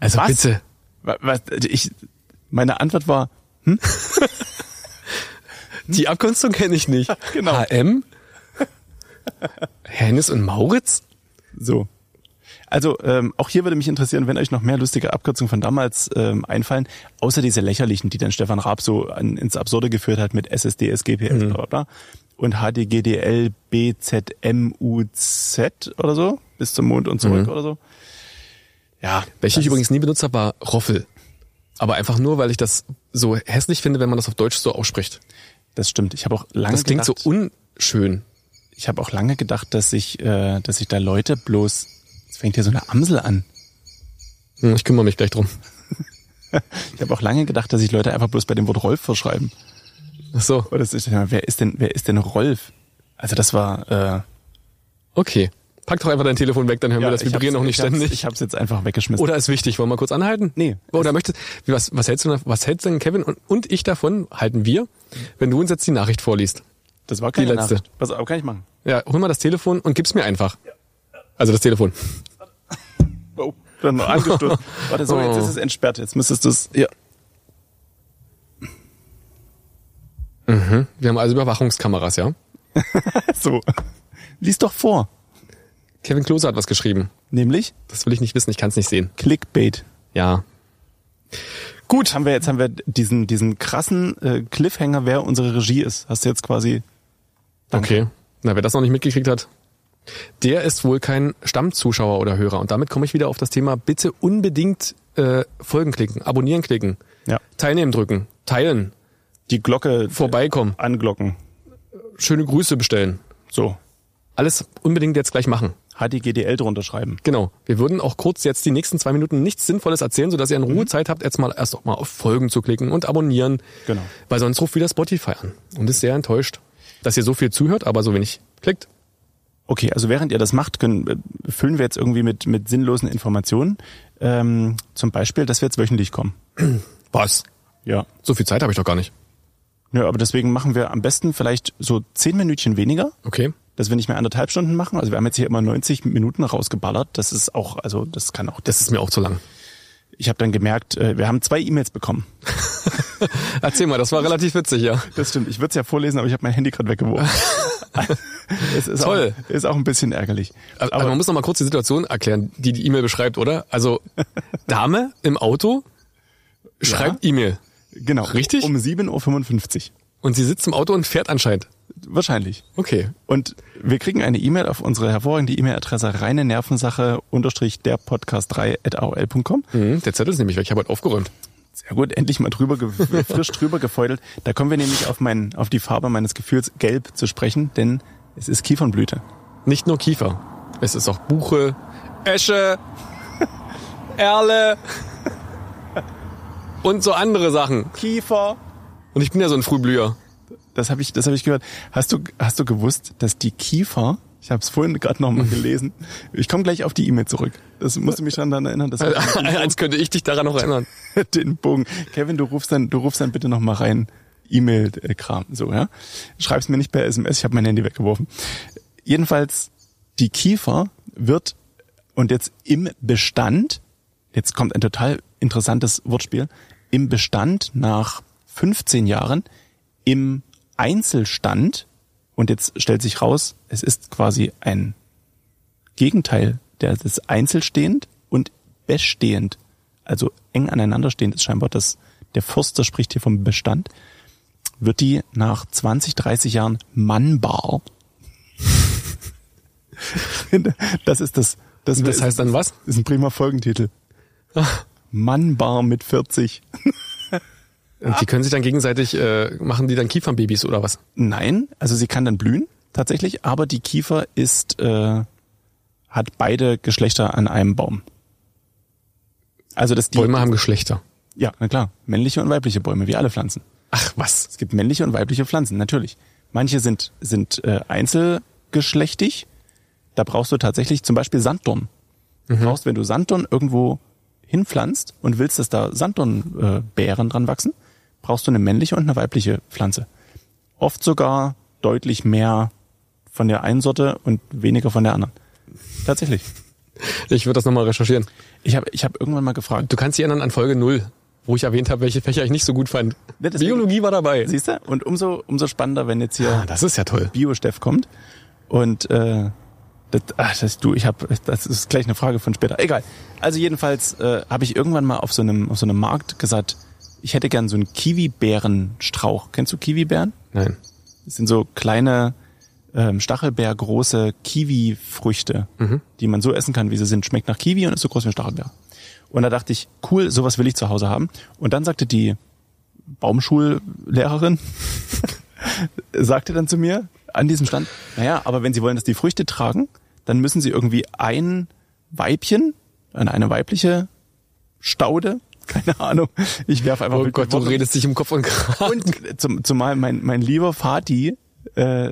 Also
Was?
bitte.
Wa- Was, ich, meine Antwort war,
Die Abkürzung kenne ich nicht.
Genau.
HM? Hennes und Mauritz?
So. Also ähm, auch hier würde mich interessieren, wenn euch noch mehr lustige Abkürzungen von damals ähm, einfallen, außer diese lächerlichen, die dann Stefan Raab so an, ins Absurde geführt hat mit SSDS,
Mhm.
GPS, bla bla bla. Und HDGDL, BZMUZ oder so, bis zum Mond und zurück oder so. Ja,
Mhm. Welche ich
das-
übrigens nie benutzt habe, war Roffel. Aber einfach nur, weil ich das so hässlich finde, wenn man das auf Deutsch so ausspricht.
Das stimmt. Ich habe auch lange
Das klingt so
gedacht,
unschön.
ich habe auch lange gedacht, dass ich, äh, dass ich da Leute bloß, es fängt hier so eine Amsel an.
Hm, Ich kümmere mich gleich drum.
Ich habe auch lange gedacht, dass sich Leute einfach bloß bei dem Wort Rolf verschreiben.
Ach so,
Oder das ist, ja, wer ist denn, wer ist denn Rolf? Also das war, äh,
okay. Pack doch einfach dein Telefon weg, dann hören wir das
ich
Vibrieren
hab's-
auch nicht
ich hab's-
ständig.
Ich hab's jetzt einfach weggeschmissen.
Oder ist wichtig? Wollen wir kurz anhalten?
Nee.
Oder möchtest wie, was, was hältst du denn- was hältst denn Kevin und, und ich davon, halten wir, wenn du uns jetzt die Nachricht vorliest?
das war keine
die letzte.
Nachricht. Pass auf, kann ich machen.
Ja, hol mal das Telefon und gib's mir einfach. Also das Telefon.
Oh, dann noch angestoßen. Warte, so, jetzt
Oh.
ist es entsperrt. Jetzt müsstest du es, ja.
Wir haben also Überwachungskameras, ja?
So. Lies doch vor.
Kevin Klose hat was geschrieben.
Nämlich
Das will ich nicht wissen, ich kann es nicht sehen.
Clickbait.
Ja.
Gut. Haben wir, jetzt haben wir diesen, diesen krassen äh, Cliffhanger, wer unsere Regie ist. Hast du jetzt quasi,
Okay. Na, wer das noch nicht mitgekriegt hat, der ist wohl kein Stammzuschauer oder Hörer. Und damit komme ich wieder auf das Thema, bitte unbedingt äh, Folgen klicken, abonnieren klicken,
ja,
teilnehmen drücken, teilen,
die Glocke
vorbeikommen,
anglocken.
schöne Grüße bestellen.
So.
alles unbedingt jetzt gleich machen.
HDGDL drunter schreiben.
Genau. Wir würden auch kurz jetzt die nächsten zwei Minuten nichts Sinnvolles erzählen, sodass ihr in Ruhe Zeit habt, jetzt mal erst auch mal auf Folgen zu klicken und abonnieren.
Genau.
Weil sonst ruft wieder Spotify an und ist sehr enttäuscht, dass ihr so viel zuhört, aber so wenig klickt.
Okay, also während ihr das macht, können, äh, füllen wir jetzt irgendwie mit, mit sinnlosen Informationen. Ähm, zum Beispiel, dass wir jetzt wöchentlich kommen.
Was?
Ja.
So viel Zeit habe ich doch gar nicht.
Ja, aber deswegen machen wir am besten vielleicht so zehn Minütchen weniger,
Okay.
dass wir nicht mehr anderthalb Stunden machen. Also wir haben jetzt hier immer 90 Minuten rausgeballert. Das ist auch, also das kann auch. Das,
Das ist mir auch zu lang.
ich habe dann gemerkt, äh, wir haben zwei E-Mails bekommen.
Erzähl mal, das war relativ witzig, ja.
Das stimmt. Ich würde es ja vorlesen, aber ich habe mein Handy gerade weggeworfen. es ist
Toll.
Auch, ist auch ein bisschen ärgerlich.
Aber, Also, man muss noch mal kurz die Situation erklären, die die E-Mail beschreibt, oder? Also, Dame im Auto schreibt E-Mail.
genau.
Richtig?
Um 7.55 Uhr.
Und sie sitzt im Auto und fährt anscheinend.
Wahrscheinlich.
Okay.
Und wir kriegen eine E-Mail auf unsere hervorragende E-Mail-Adresse reine Nervensache unterstrich der Podcast 3 at aol.com.
Hm, der Zettel ist nämlich weg, ich habe heute aufgeräumt.
Sehr gut, endlich mal drüber, ge frisch drüber gefeudelt. Da kommen wir nämlich auf meinen, auf die Farbe meines Gefühls gelb zu sprechen, denn es ist Kiefernblüte.
Nicht nur Kiefer. Es ist auch Buche, Esche, Erle. und so andere Sachen.
Kiefer.
Und ich bin ja so ein Frühblüher.
Das habe ich, das habe ich gehört. Hast du, hast du gewusst, dass die Kiefer, ich habe es vorhin gerade nochmal gelesen, ich komme gleich auf die E-Mail zurück. Das musst du mich schon daran erinnern. Das
Als könnte ich dich daran noch erinnern.
den Bogen. Kevin, du rufst dann, du rufst dann bitte nochmal rein. E-Mail-Kram, so, ja. Schreib's mir nicht per SMS, ich habe mein Handy weggeworfen. Jedenfalls, die Kiefer wird, und jetzt im Bestand, jetzt kommt ein total interessantes Wortspiel, im Bestand nach 15 Jahren, im Einzelstand, und jetzt stellt sich raus, es ist quasi ein Gegenteil, der ist einzelstehend und bestehend also eng aneinanderstehend ist scheinbar das, der Förster spricht hier vom Bestand, wird die nach 20, 30 Jahren mannbar. das ist das, das,
Das heißt dann was?
ist ein prima Folgentitel. Mannbar mit 40.
Und die können sich dann gegenseitig, äh, machen die dann Kiefernbabys oder was?
Nein, also sie kann dann blühen, tatsächlich, aber die Kiefer ist, äh, hat beide Geschlechter an einem Baum. Also das die,
Bäume haben Geschlechter.
ja, na klar, männliche und weibliche Bäume, wie alle Pflanzen.
Ach was.
Es gibt männliche und weibliche Pflanzen, natürlich. Manche sind, sind äh, einzelgeschlechtig. Da brauchst du tatsächlich zum Beispiel Sanddorn. Du
Mhm.
brauchst, wenn du Sanddorn irgendwo hinpflanzt und willst, dass da Sanddornbeeren äh, Beeren dran wachsen, brauchst du eine männliche und eine weibliche Pflanze. Oft sogar deutlich mehr von der einen Sorte und weniger von der anderen. Tatsächlich.
Ich würde das nochmal recherchieren.
Ich habe ich hab irgendwann mal gefragt,
Du kannst dich erinnern an Folge null, wo ich erwähnt habe, welche Fächer ich nicht so gut fand.
Ne, deswegen-
Biologie war dabei.
siehst du, und umso, umso spannender, wenn jetzt hier
Ah, das ist ja toll.
Bio-Steff kommt. Und äh, das, ach, das du, ich habe, das ist gleich eine Frage von später. Egal. Also jedenfalls äh, habe ich irgendwann mal auf so einem auf so einem Markt gesagt, ich hätte gern so einen Kiwi-Bärenstrauch. Kennst du Kiwi-Bären?
Nein. Oh
Das sind so kleine ähm, Stachelbeergroße Kiwi-Früchte,
Mhm.
die man so essen kann, wie sie sind. Schmeckt nach Kiwi und ist so groß wie ein Stachelbeer. Und da dachte ich, cool, sowas will ich zu Hause haben. Und dann sagte die Baumschullehrerin, sagte dann zu mir an diesem Stand, naja, aber wenn Sie wollen, dass die Früchte tragen, dann müssen Sie irgendwie ein Weibchen, eine eine weibliche Staude, keine Ahnung, ich werfe einfach
Oh
wild
Gott,
mit
du
Worten.
redest dich im Kopf und Kragen.
Und zum, zumal mein, mein lieber Vati, äh,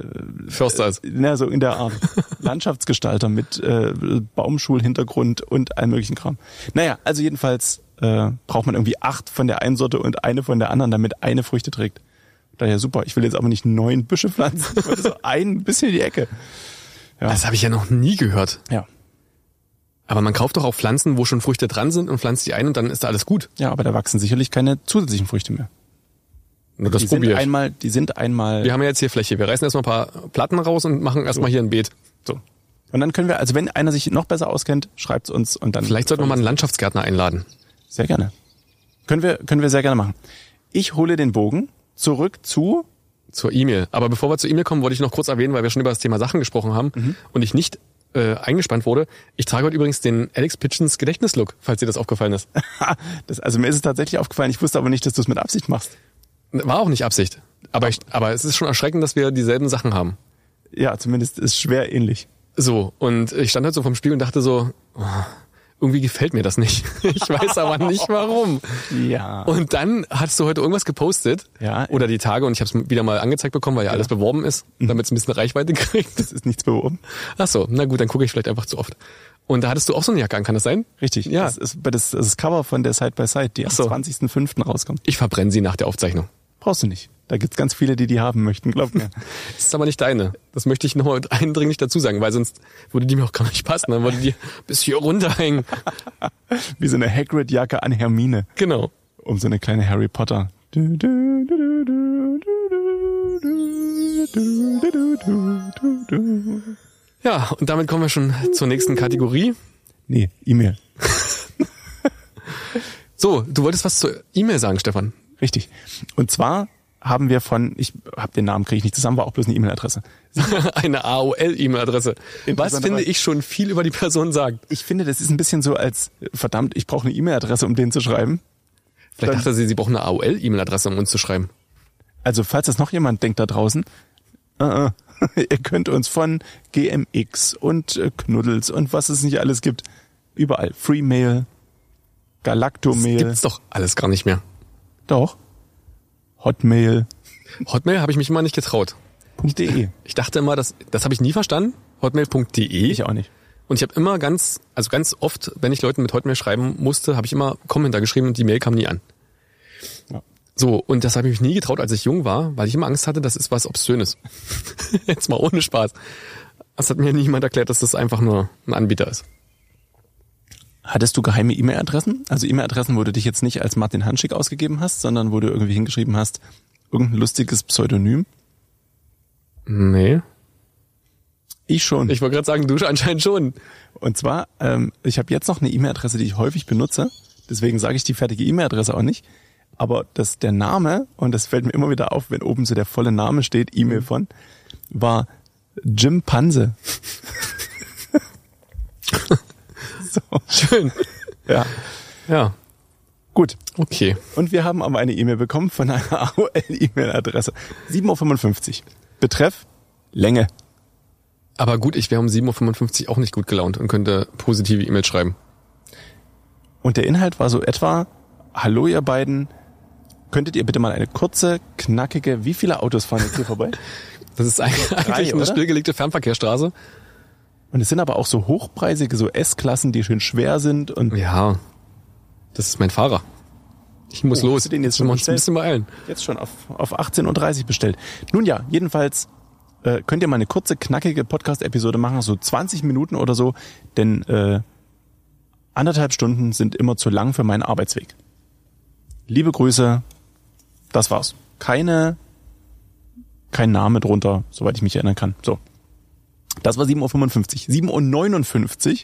Förster ist.
na, so in der Art, Landschaftsgestalter mit äh, Baumschulhintergrund und allem möglichen Kram. Naja, also jedenfalls äh, braucht man irgendwie acht von der einen Sorte und eine von der anderen, damit eine Früchte trägt. Daher super, ich will jetzt aber nicht neun Büsche pflanzen, ich wollte so ein bisschen in die Ecke.
Das habe ich ja noch nie gehört.
Ja.
Aber man kauft doch auch Pflanzen, wo schon Früchte dran sind und pflanzt die ein und dann ist da alles gut.
Ja, aber da wachsen sicherlich keine zusätzlichen Früchte mehr.
Nur das
Die sind
probiere ich.
einmal, die sind einmal
Wir haben ja jetzt hier Fläche. Wir reißen erstmal ein paar Platten raus und machen erstmal hier ein Beet.
so. Und dann können wir, also wenn einer sich noch besser auskennt, schreibt's uns und dann.
Vielleicht sollten wir mal einen Landschaftsgärtner einladen.
Sehr gerne. Können wir, können wir sehr gerne machen. Ich hole den Bogen zurück zu.
Zur E-Mail. Aber bevor wir zur E-Mail kommen, wollte ich noch kurz erwähnen, weil wir schon über das Thema Sachen gesprochen haben und ich nicht äh, eingespannt wurde. Ich trage heute übrigens den Alex Pitchens Gedächtnislook, falls dir das aufgefallen ist.
Ha, das, also mir ist es tatsächlich aufgefallen. Ich wusste aber nicht, dass du es mit Absicht machst.
War auch nicht Absicht. Aber, ich, aber es ist schon erschreckend, dass wir dieselben Sachen haben.
Ja, zumindest ist schwer ähnlich.
So, und ich stand halt so vom Spiegel und dachte so, oh, irgendwie gefällt mir das nicht. Ich weiß aber nicht warum.
Ja.
Und dann hast du heute irgendwas gepostet.
Ja.
Oder die Tage und ich habe es wieder mal angezeigt bekommen, weil ja alles beworben ist, damit es ein bisschen Reichweite kriegt.
Es ist nichts beworben.
Ach so, na gut, dann gucke ich vielleicht einfach zu oft. Und da hattest du auch so eine Jacke an, kann das sein?
Richtig.
Ja.
Das ist das, das ist Cover von der Side by Side, die am
so.
20.05. rauskommt.
Ich verbrenne sie nach der Aufzeichnung.
Brauchst du nicht. Da gibt's ganz viele, die die haben möchten, glaub mir.
Das ist aber nicht deine. Das möchte ich nochmal eindringlich dazu sagen, weil sonst würde die mir auch gar nicht passen. Dann würde die bis hier runterhängen.
Wie so eine Hagrid-Jacke an Hermine.
Genau.
Um so eine kleine Harry Potter. Du, du, du, du, du, du, du, du, du, du, du, du.
Ja, und damit kommen wir schon zur nächsten Kategorie.
Nee, E-Mail.
So, du wolltest was zur E-Mail sagen, Stefan.
Richtig. Und zwar haben wir von, ich habe den Namen kriege ich nicht zusammen, war auch bloß eine E-Mail-Adresse.
Eine AOL-E-Mail-Adresse. Was
Interessanterweise-
finde ich schon viel über die Person sagt.
Ich finde, das ist ein bisschen so als, verdammt, ich brauche eine E-Mail-Adresse, um den zu schreiben.
Vielleicht
Dann-
dachte sie, sie braucht eine AOL-E-Mail-Adresse, um uns zu schreiben.
Also falls das noch jemand denkt da draußen, äh, äh, ihr könnt uns von GMX und äh, Knuddels und was es nicht alles gibt, überall. Free Mail, Galacto-Mail.
Gibt's doch alles gar nicht mehr.
Doch. Hotmail. E.
Hotmail habe ich mich immer nicht getraut.
.de.
Ich dachte immer, das, das habe ich nie verstanden. Hotmail.de.
Ich auch nicht.
E. Und ich habe immer ganz, also ganz oft, wenn ich Leuten mit Hotmail schreiben musste, habe ich immer Kommen hintergeschrieben und die Mail kam nie an.
Ja.
So, und das habe ich mich nie getraut, als ich jung war, weil ich immer Angst hatte, das ist was Obszönes. Jetzt mal ohne Spaß. Das hat mir niemand erklärt, dass das einfach nur ein Anbieter ist.
Hattest du geheime E-Mail-Adressen? Also E-Mail-Adressen, wo du dich jetzt nicht als Martin Hanschick ausgegeben hast, sondern wo du irgendwie hingeschrieben hast, irgendein lustiges Pseudonym?
Nee.
Ich schon.
Ich wollte gerade sagen, du anscheinend schon.
Und zwar, ähm, ich habe jetzt noch eine E-Mail-Adresse, die ich häufig benutze. Deswegen sage ich die fertige E-Mail-Adresse auch nicht. Aber das, der Name, und das fällt mir immer wieder auf, wenn oben so der volle Name steht, E-Mail von, war Jim Panse. so,
Schön.
ja.
Ja,
Gut.
okay.
Und wir haben aber eine E-Mail bekommen von einer AOL-E-Mail-Adresse. 7.55 Uhr. Betreff Länge.
Aber gut, ich wäre um 7.55 Uhr auch nicht gut gelaunt und könnte positive E-Mails schreiben.
Und der Inhalt war so etwa, hallo ihr beiden, könntet ihr bitte mal eine kurze, knackige, wie viele Autos fahren jetzt hier vorbei?
Das ist eigentlich eine
oder?
stillgelegte Fernverkehrsstraße.
Und es sind aber auch so hochpreisige, so S-Klassen, die schön schwer sind und
Ja, das ist mein Fahrer. Ich muss
Oh,
los.
hast du den jetzt schon
Müssen wir uns ein
bestellt?
bisschen beeilen.
jetzt schon auf, auf 18.30 Uhr bestellt. Nun ja, jedenfalls äh, könnt ihr mal eine kurze, knackige Podcast-Episode machen, so 20 Minuten oder so, denn äh, anderthalb Stunden sind immer zu lang für meinen Arbeitsweg. Liebe Grüße, das war's. Keine, kein Name drunter, soweit ich mich erinnern kann. So. Das war 7.55 Uhr. 7.59 Uhr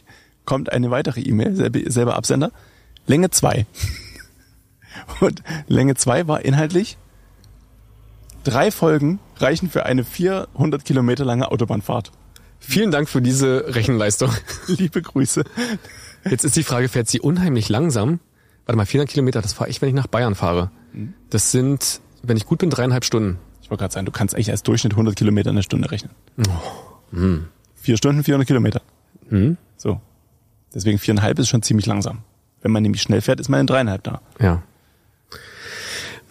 kommt eine weitere E-Mail, selbe, selber Absender. Länge 2. Und Länge 2 war inhaltlich, drei Folgen reichen für eine 400 Kilometer lange Autobahnfahrt.
Vielen Dank für diese Rechenleistung.
Liebe Grüße.
Jetzt ist die Frage, fährt sie unheimlich langsam? Warte mal, 400 Kilometer, das fahre ich, wenn ich nach Bayern fahre. Das sind, wenn ich gut bin, dreieinhalb Stunden.
Ich wollte gerade sagen, du kannst eigentlich als Durchschnitt 100 Kilometer in der Stunde rechnen. Vier Stunden, 400 Kilometer. So. Deswegen viereinhalb ist schon ziemlich langsam. Wenn man nämlich schnell fährt, ist man in dreieinhalb da.
Ja.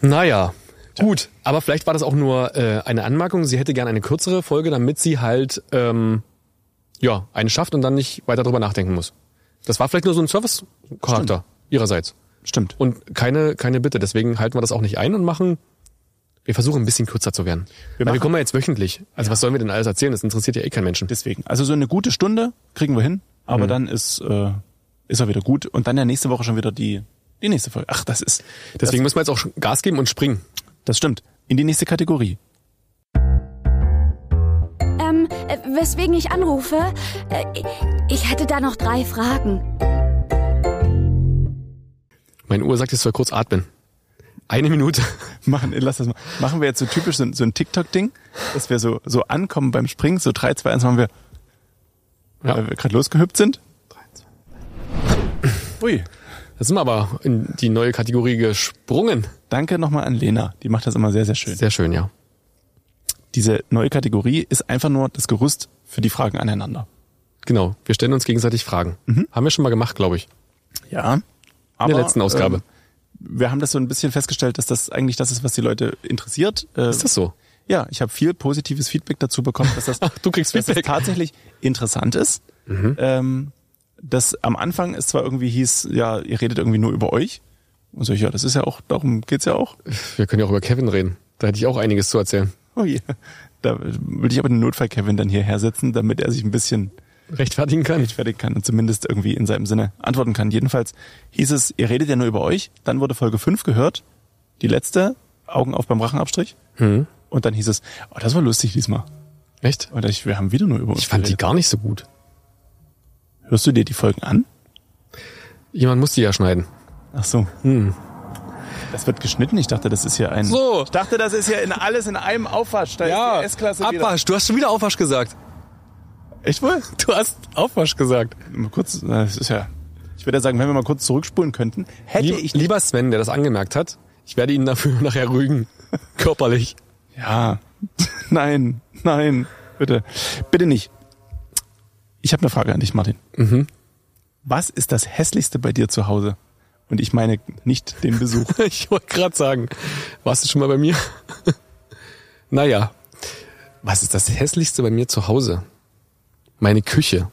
Naja, gut. Aber vielleicht war das auch nur äh, eine Anmerkung. Sie hätte gern eine kürzere Folge, damit sie halt ähm, ja eine schafft und dann nicht weiter drüber nachdenken muss. Das war vielleicht nur so ein Service-Charakter ihrerseits.
Stimmt.
Und keine, keine Bitte. Deswegen halten wir das auch nicht ein und machen. Wir versuchen ein bisschen kürzer zu werden.
Wir
Wir, Weil wir
machen-
kommen ja jetzt wöchentlich. Also was sollen wir denn alles erzählen? Das interessiert ja eh keinen Menschen.
Deswegen. Also so eine gute Stunde kriegen wir hin, aber dann ist, äh, ist er wieder gut. Und dann ja nächste Woche schon wieder die, die nächste Folge. Ach, das ist.
Deswegen müssen wir jetzt auch Gas geben und springen.
Das stimmt. In die nächste Kategorie.
Ähm, äh, weswegen ich anrufe? Äh, ich hätte da noch drei Fragen.
Meine Uhr sagt, ich soll kurz atmen. Eine Minute.
Machen, lass das mal. Machen wir jetzt so typisch so, ein- so ein TikTok-Ding, dass wir so, so ankommen beim Springen, so 3, 2, 1 machen wir,
Ja.
weil wir gerade losgehüpft sind. Ui.
Da sind wir aber in die neue Kategorie gesprungen.
Danke nochmal an Lena. Die macht das immer sehr, sehr schön.
Sehr schön, ja.
Diese neue Kategorie ist einfach nur das Gerüst für die Fragen aneinander.
Genau. Wir stellen uns gegenseitig Fragen. Haben wir schon mal gemacht, glaube ich.
Ja.
In
Aber,
der letzten Ausgabe.
ähm, wir haben das so ein bisschen festgestellt, dass das eigentlich das ist, was die Leute interessiert. Äh,
Ist das so?
Ja, ich habe viel positives Feedback dazu bekommen, dass das,
Ach, du kriegst
dass das
Feedback.
tatsächlich interessant ist.
Mhm.
Ähm, dass am Anfang es zwar irgendwie hieß, ja, ihr redet irgendwie nur über euch. Und so, ich, ja, das ist ja auch, darum geht's ja auch.
Wir können ja auch über Kevin reden. Da hätte ich auch einiges zu erzählen.
Oh je. Da will ich aber den Notfall-Kevin dann hierher setzen, damit er sich ein bisschen
Rechtfertigen kann.
fertig kann und zumindest irgendwie in seinem Sinne antworten kann. Jedenfalls hieß es, ihr redet ja nur über euch. Dann wurde Folge 5 gehört. Die letzte, Augen auf beim Rachenabstrich.
Mhm.
Und dann hieß es, oh, das war lustig diesmal.
Echt?
Und ich, wir haben wieder nur über uns
Ich fand die
geredet.
gar nicht so gut.
Hörst du dir die Folgen an?
Jemand muss die ja schneiden.
Ach so. Hm. Das wird geschnitten. Ich dachte, das ist hier ein.
So.
Ich dachte, das ist hier in alles in einem Aufwasch. Da ist die S-Klasse wieder.
Abwasch. Du hast schon wieder Aufwasch gesagt.
Echt wohl?
Du hast Aufwasch gesagt.
Mal kurz. na, Das ist ja. Ich würde ja sagen, wenn wir mal kurz zurückspulen könnten, hätte
Lieb,
ich.
lieber Sven, der das angemerkt hat, ich werde ihn dafür nachher rügen. Körperlich.
Ja. nein, nein, bitte, bitte nicht. Mhm. Ich habe eine Frage an dich, Martin. Was ist das hässlichste bei dir zu Hause? Und ich meine nicht den Besuch.
ich wollte gerade sagen, warst du schon mal bei mir? naja, was ist das hässlichste bei mir zu Hause? Meine Küche.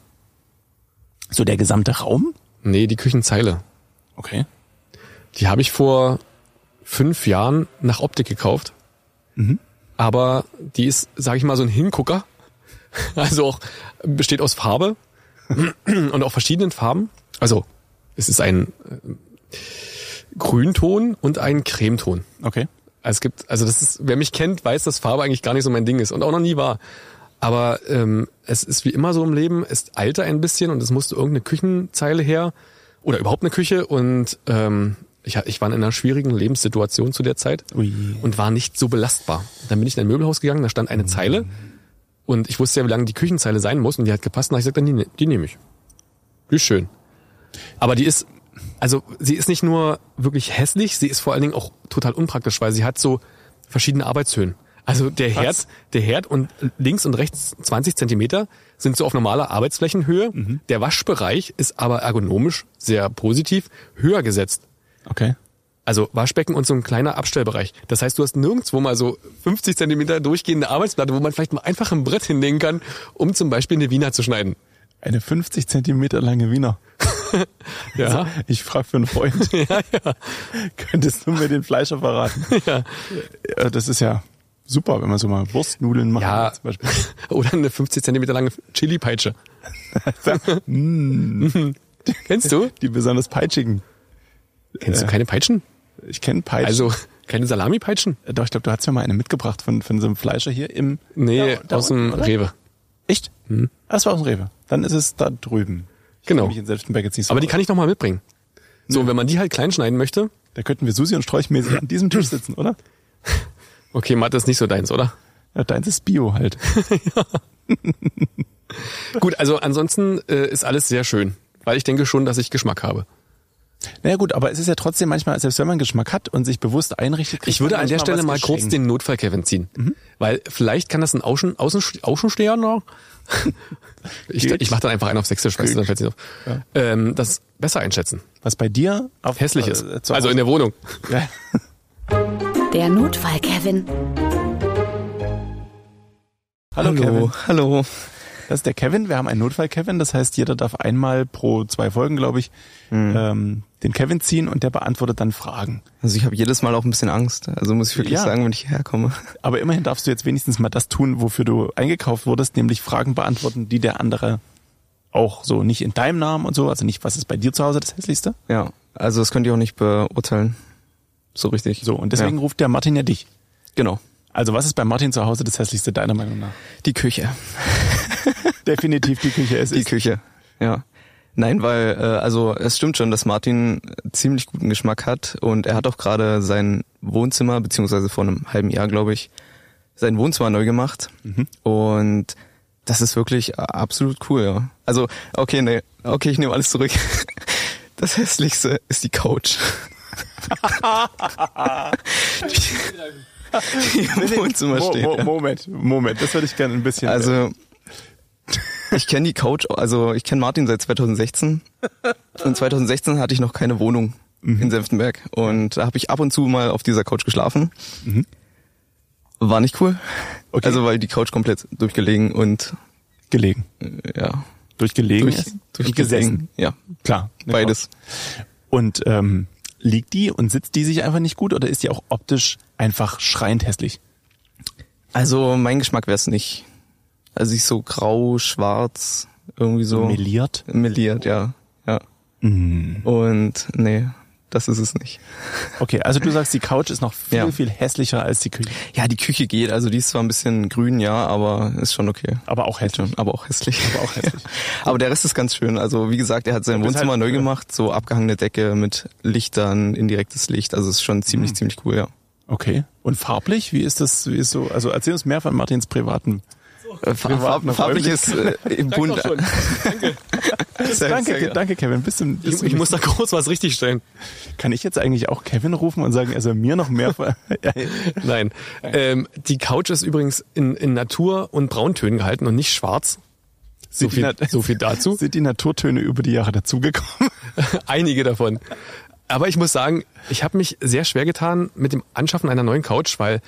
So der gesamte Raum?
Nee, die Küchenzeile.
Okay.
Die habe ich vor fünf Jahren nach Optik gekauft. Aber die ist, sage ich mal, so ein Hingucker. Also auch besteht aus Farbe und auch verschiedenen Farben. Also es ist ein äh, Grünton und ein Cremeton.
Okay.
Also es gibt, also das ist, wer mich kennt, weiß, dass Farbe eigentlich gar nicht so mein Ding ist und auch noch nie war. Aber ähm, es ist wie immer so im Leben, es alter ein bisschen und es musste irgendeine Küchenzeile her oder überhaupt eine Küche und ähm, ich, ich war in einer schwierigen Lebenssituation zu der Zeit
Ui.
und war nicht so belastbar. Dann bin ich in ein Möbelhaus gegangen, da stand eine Zeile und ich wusste ja, wie lange die Küchenzeile sein muss und die hat gepasst und da hab ich gesagt, die, ne- die nehme ich. Die ist schön. Aber die ist, also sie ist nicht nur wirklich hässlich, sie ist vor allen Dingen auch total unpraktisch, weil sie hat so verschiedene Arbeitshöhen. Also der Herd,
Was?
der Herd und links und rechts 20 Zentimeter sind so auf normaler Arbeitsflächenhöhe. Der Waschbereich ist aber ergonomisch sehr positiv höher gesetzt.
Okay.
Also Waschbecken und so ein kleiner Abstellbereich. Das heißt, du hast nirgendwo mal so 50 Zentimeter durchgehende Arbeitsplatte, wo man vielleicht mal einfach ein Brett hinlegen kann, um zum Beispiel eine Wiener zu schneiden.
Eine 50 Zentimeter lange Wiener. Also,
Ja.
Ich frage für einen Freund. ja, ja. Könntest du mir den Fleischer verraten?
Ja.
Äh, Das ist ja super, wenn man so mal Wurstnudeln macht.
Ja.
Zum Beispiel.
Oder eine 50 Zentimeter lange Chili-Peitsche. Mm. Kennst du?
Die besonders peitschigen.
Kennst du keine Peitschen?
Ich kenne Peitschen.
Also keine Salami-Peitschen?
Äh, Doch, ich glaube, du hast mir mal eine mitgebracht von, von so einem Fleischer hier im...
Nee,
Da- da
aus dem
unten, oder?
Rewe.
Echt? Hm. Ah, das war aus dem Rewe. Dann ist es da drüben. Ich
Genau.
kenn Mich in Selbstenberg jetzt nicht so
Aber die
aus.
kann ich noch mal mitbringen. So, und wenn man die halt klein schneiden möchte,
Da könnten wir Susi und Sträuchmäßig an diesem Tisch sitzen, oder?
okay, Mathe ist nicht so deins, oder?
Ja, deins ist Bio halt.
Gut, also ansonsten äh, ist alles sehr schön, weil ich denke schon, dass ich Geschmack habe.
Naja gut, aber es ist ja trotzdem manchmal, selbst wenn man Geschmack hat und sich bewusst einrichtet... kriegt
Ich würde
man
an der
manchmal
Stelle
was Mhm.
mal kurz
geschenkt.
den Notfall Kevin ziehen, weil vielleicht kann das ein Außen, Außen, Außensteher noch. ich
Geht.
ich mache dann einfach einen auf Sächsisch, weißt du, dann fällt nicht auf. Ähm, das besser einschätzen.
Was bei dir auf,
Hässlich
äh,
ist.
zu
Also in der Wohnung.
Ja.
Der Notfall, Kevin.
Hallo, Kevin.
hallo.
Das ist der Kevin. Wir haben einen Notfall Kevin. Das heißt, jeder darf einmal pro zwei Folgen, glaube ich, ähm, den Kevin ziehen und der beantwortet dann Fragen.
Also ich habe jedes Mal auch ein bisschen Angst. Also muss ich wirklich
Ja.
sagen, wenn ich herkomme.
Aber immerhin darfst du jetzt wenigstens mal das tun, wofür du eingekauft wurdest, nämlich Fragen beantworten, die der andere auch so nicht in deinem Namen und so, also nicht, was ist bei dir zu Hause das hässlichste?
Ja, also das könnt ihr auch nicht beurteilen. So richtig.
So, und deswegen
Ja.
ruft der Martin ja dich.
Genau.
Also was ist bei Martin zu Hause das hässlichste deiner Meinung nach?
Die Küche.
Definitiv die Küche. Es
Die
ist
Küche. Ja. Nein, weil, äh, also es stimmt schon, dass Martin ziemlich guten Geschmack hat und er hat auch gerade sein Wohnzimmer, beziehungsweise vor einem halben Jahr, glaube ich, sein Wohnzimmer neu gemacht. Und das ist wirklich äh, absolut cool, ja. Also, okay, nee, okay, ich nehme alles zurück. Das hässlichste ist die Couch. die, die im Wohnzimmer
Mo-
steht.
Mo-
ja.
Moment, Moment, das würde ich gerne ein bisschen.
Also
Äh.
ich kenne die Couch, also ich kenne Martin seit 2016 und 2016 hatte ich noch keine Wohnung
Mhm.
in Senftenberg und da habe ich ab und zu mal auf dieser Couch geschlafen. War nicht cool.
Mhm. Okay.
Also weil die Couch komplett durchgelegen und
gelegen.
äh, ja,
Durchgelegen
durch,
ist und
durchgelegen. Ja,
Klar. eine
beides.
Couch. Und ähm, liegt die und sitzt die sich einfach nicht gut oder ist die auch optisch einfach schreiend hässlich?
Also mein Geschmack wäre es nicht. Also sie ist so grau, schwarz, irgendwie so
Meliert? Mhm.
meliert, ja. ja. Und nee, das ist es nicht.
Okay, also du sagst, die Couch ist noch viel,
Ja.
viel hässlicher als die Küche.
Ja, die Küche geht. Also die ist zwar ein bisschen grün, ja, aber ist schon okay.
Aber auch hässlich.
Schon, aber auch hässlich.
Aber auch hässlich.
ja. aber der Rest ist ganz schön. Also wie gesagt, er hat sein
Du bist
Wohnzimmer
halt-
neu gemacht, so abgehangene Decke mit Lichtern, indirektes Licht. Also ist schon ziemlich,
Mhm.
ziemlich cool, ja.
Okay. Und farblich? Wie ist das? Wie ist so? Also erzähl uns mehr von Martins privaten.
Äh, Farb,
warten
farb,
auf
farblich ist äh, im Bund. Sehr,
danke,
sehr gerne.
danke, Kevin. Bist du, bist
Ich,
du
ich muss da groß was richtigstellen.
Kann ich jetzt eigentlich auch Kevin rufen und sagen, also mir noch mehr? ver-
Nein. Ähm, die Couch ist übrigens in, in Natur- und Brauntönen gehalten und nicht schwarz. So
die
viel,
Nat-
so viel dazu.
Sind die Naturtöne über die Jahre dazugekommen?
Einige davon. Aber ich muss sagen, ich habe mich sehr schwer getan mit dem Anschaffen einer neuen Couch, weil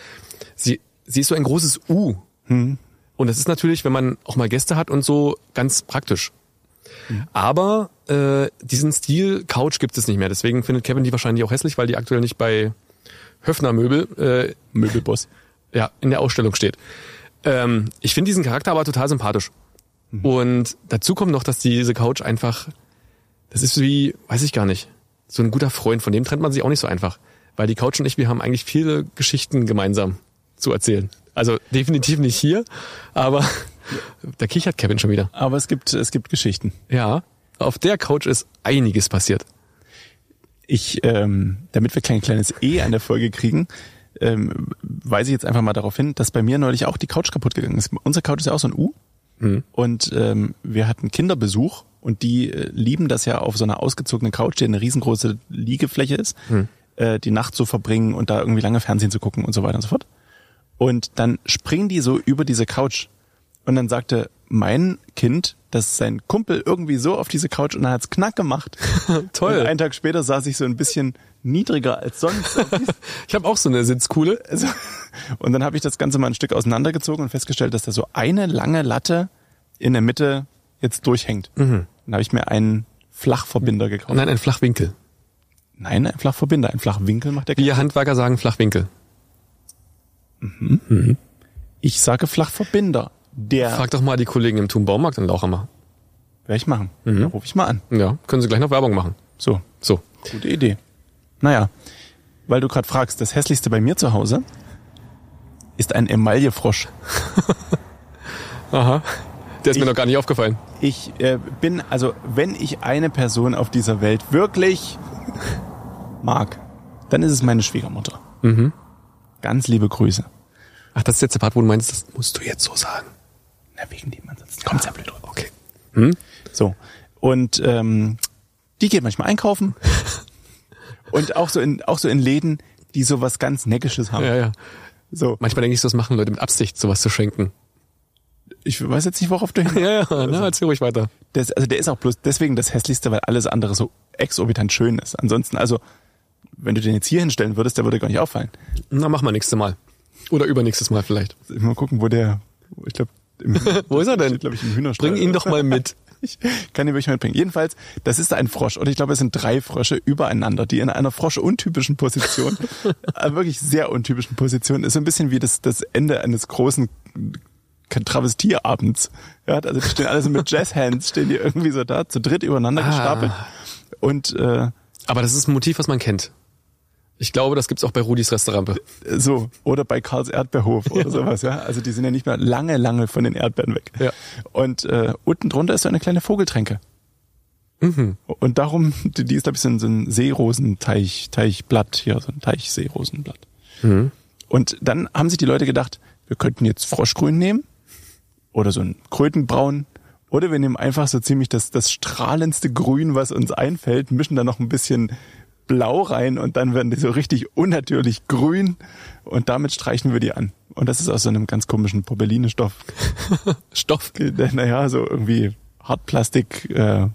sie, sie ist so ein großes U. Und das ist natürlich, wenn man auch mal Gäste hat und so, ganz praktisch. Aber äh, diesen Stil Couch gibt es nicht mehr. Deswegen findet Kevin die wahrscheinlich auch hässlich, weil die aktuell nicht bei Höfner Möbel, äh,
Möbelboss.
ja, in der Ausstellung steht. Ähm, ich finde diesen Charakter aber total sympathisch. Und dazu kommt noch, dass diese Couch einfach, das ist wie, weiß ich gar nicht, so ein guter Freund, von dem trennt man sich auch nicht so einfach. Weil die Couch und ich, wir haben eigentlich viele Geschichten gemeinsam zu erzählen. Also definitiv nicht hier, aber da kichert Kevin schon wieder.
Aber es gibt, es gibt Geschichten.
Ja, auf der Couch ist einiges passiert.
Ich, ähm, damit wir kein kleines E an der Folge kriegen, ähm, weise ich jetzt einfach mal darauf hin, dass bei mir neulich auch die Couch kaputt gegangen ist. Unsere Couch ist ja auch so ein U. Und ähm, wir hatten Kinderbesuch und die äh, lieben das ja auf so einer ausgezogenen Couch, die eine riesengroße Liegefläche ist, äh, die Nacht zu verbringen und da irgendwie lange Fernsehen zu gucken und so weiter und so fort. Und dann springen die so über diese Couch. Und dann sagte mein Kind, dass sein Kumpel irgendwie so auf diese Couch und dann hat's knack gemacht.
Toll.
Und einen Tag später saß ich so ein bisschen niedriger als sonst. auf diesem-
Ich habe auch so eine Sitzkuhle.
also, und dann habe ich das Ganze mal ein Stück auseinandergezogen und festgestellt, dass da so eine lange Latte in der Mitte jetzt durchhängt. Dann habe ich mir einen Flachverbinder gekauft.
Nein, ein Flachwinkel.
Nein, ein Flachverbinder, ein Flachwinkel macht der
Wir Handwerker sagen Flachwinkel.
Ich sage Flachverbinder. Der
Frag doch mal die Kollegen im Thun Baumarkt in Lauchhammer.
werde ich machen. Da rufe ich mal an.
Ja, können sie gleich noch Werbung machen.
So,
So.
gute Idee. Naja, weil du gerade fragst, das hässlichste bei mir zu Hause ist ein Emaillefrosch.
Aha. Der ist mir
Ich-
noch gar nicht aufgefallen.
Ich äh, bin, also wenn ich eine Person auf dieser Welt wirklich mag, dann ist es meine Schwiegermutter.
Mhm.
Ganz liebe Grüße.
Ach, das ist jetzt der Part, wo du meinst, das musst du jetzt so sagen.
Na, wegen dem ansonsten kommt ja blöd rüber. Hm?
Okay. Hm?
So, und ähm, die geht manchmal einkaufen. und auch so, in, auch so in Läden, die so was ganz Neckisches haben.
Ja, ja.
So,
Manchmal denke ich, das machen Leute mit Absicht, sowas zu schenken.
ich weiß jetzt nicht, worauf du hin...
Ja, ja, na, erzähl ruhig weiter.
Das, also der ist auch bloß deswegen das hässlichste, weil alles andere so exorbitant schön ist. Ansonsten, also, wenn du den jetzt hier hinstellen würdest, der würde gar nicht auffallen.
Na, mach mal nächstes Mal. Oder übernächstes Mal vielleicht.
Mal gucken, wo der. Ich glaube,
Wo ist er denn?
glaube ich, im Hühnerstall.
Bring ihn doch mal mit.
Ich kann ihn wirklich mitbringen. Jedenfalls, das ist ein Frosch. Und ich glaube, es sind drei Frösche übereinander, die in einer froschuntypischen Position, äh, wirklich sehr untypischen Position, ist so ein bisschen wie das, das Ende eines großen Travestierabends. Ja, also die stehen alle so mit Jazzhands, stehen die irgendwie so da, zu dritt übereinander
Ah.
gestapelt. Und äh,
Aber das ist ein Motiv, was man kennt. Ich glaube, das gibt's auch bei Rudis Restaurant.
so oder bei Karls Erdbeerhof oder sowas ja also die sind ja nicht mehr lange lange von den Erdbeeren weg
Ja.
und äh, unten drunter ist so eine kleine Vogeltränke und darum die, die ist glaube ich so ein, so ein Seerosenteich Teichblatt hier so ein Teich Seerosenblatt und dann haben sich die Leute gedacht wir könnten jetzt Froschgrün nehmen oder so ein Krötenbraun oder wir nehmen einfach so ziemlich das das strahlendste Grün was uns einfällt mischen da noch ein bisschen Blau rein und dann werden die so richtig unnatürlich grün und damit streichen wir die an. Und das ist aus so einem ganz komischen Popeline-Stoff
Stoff.
Ge- naja, so irgendwie Hartplastik äh,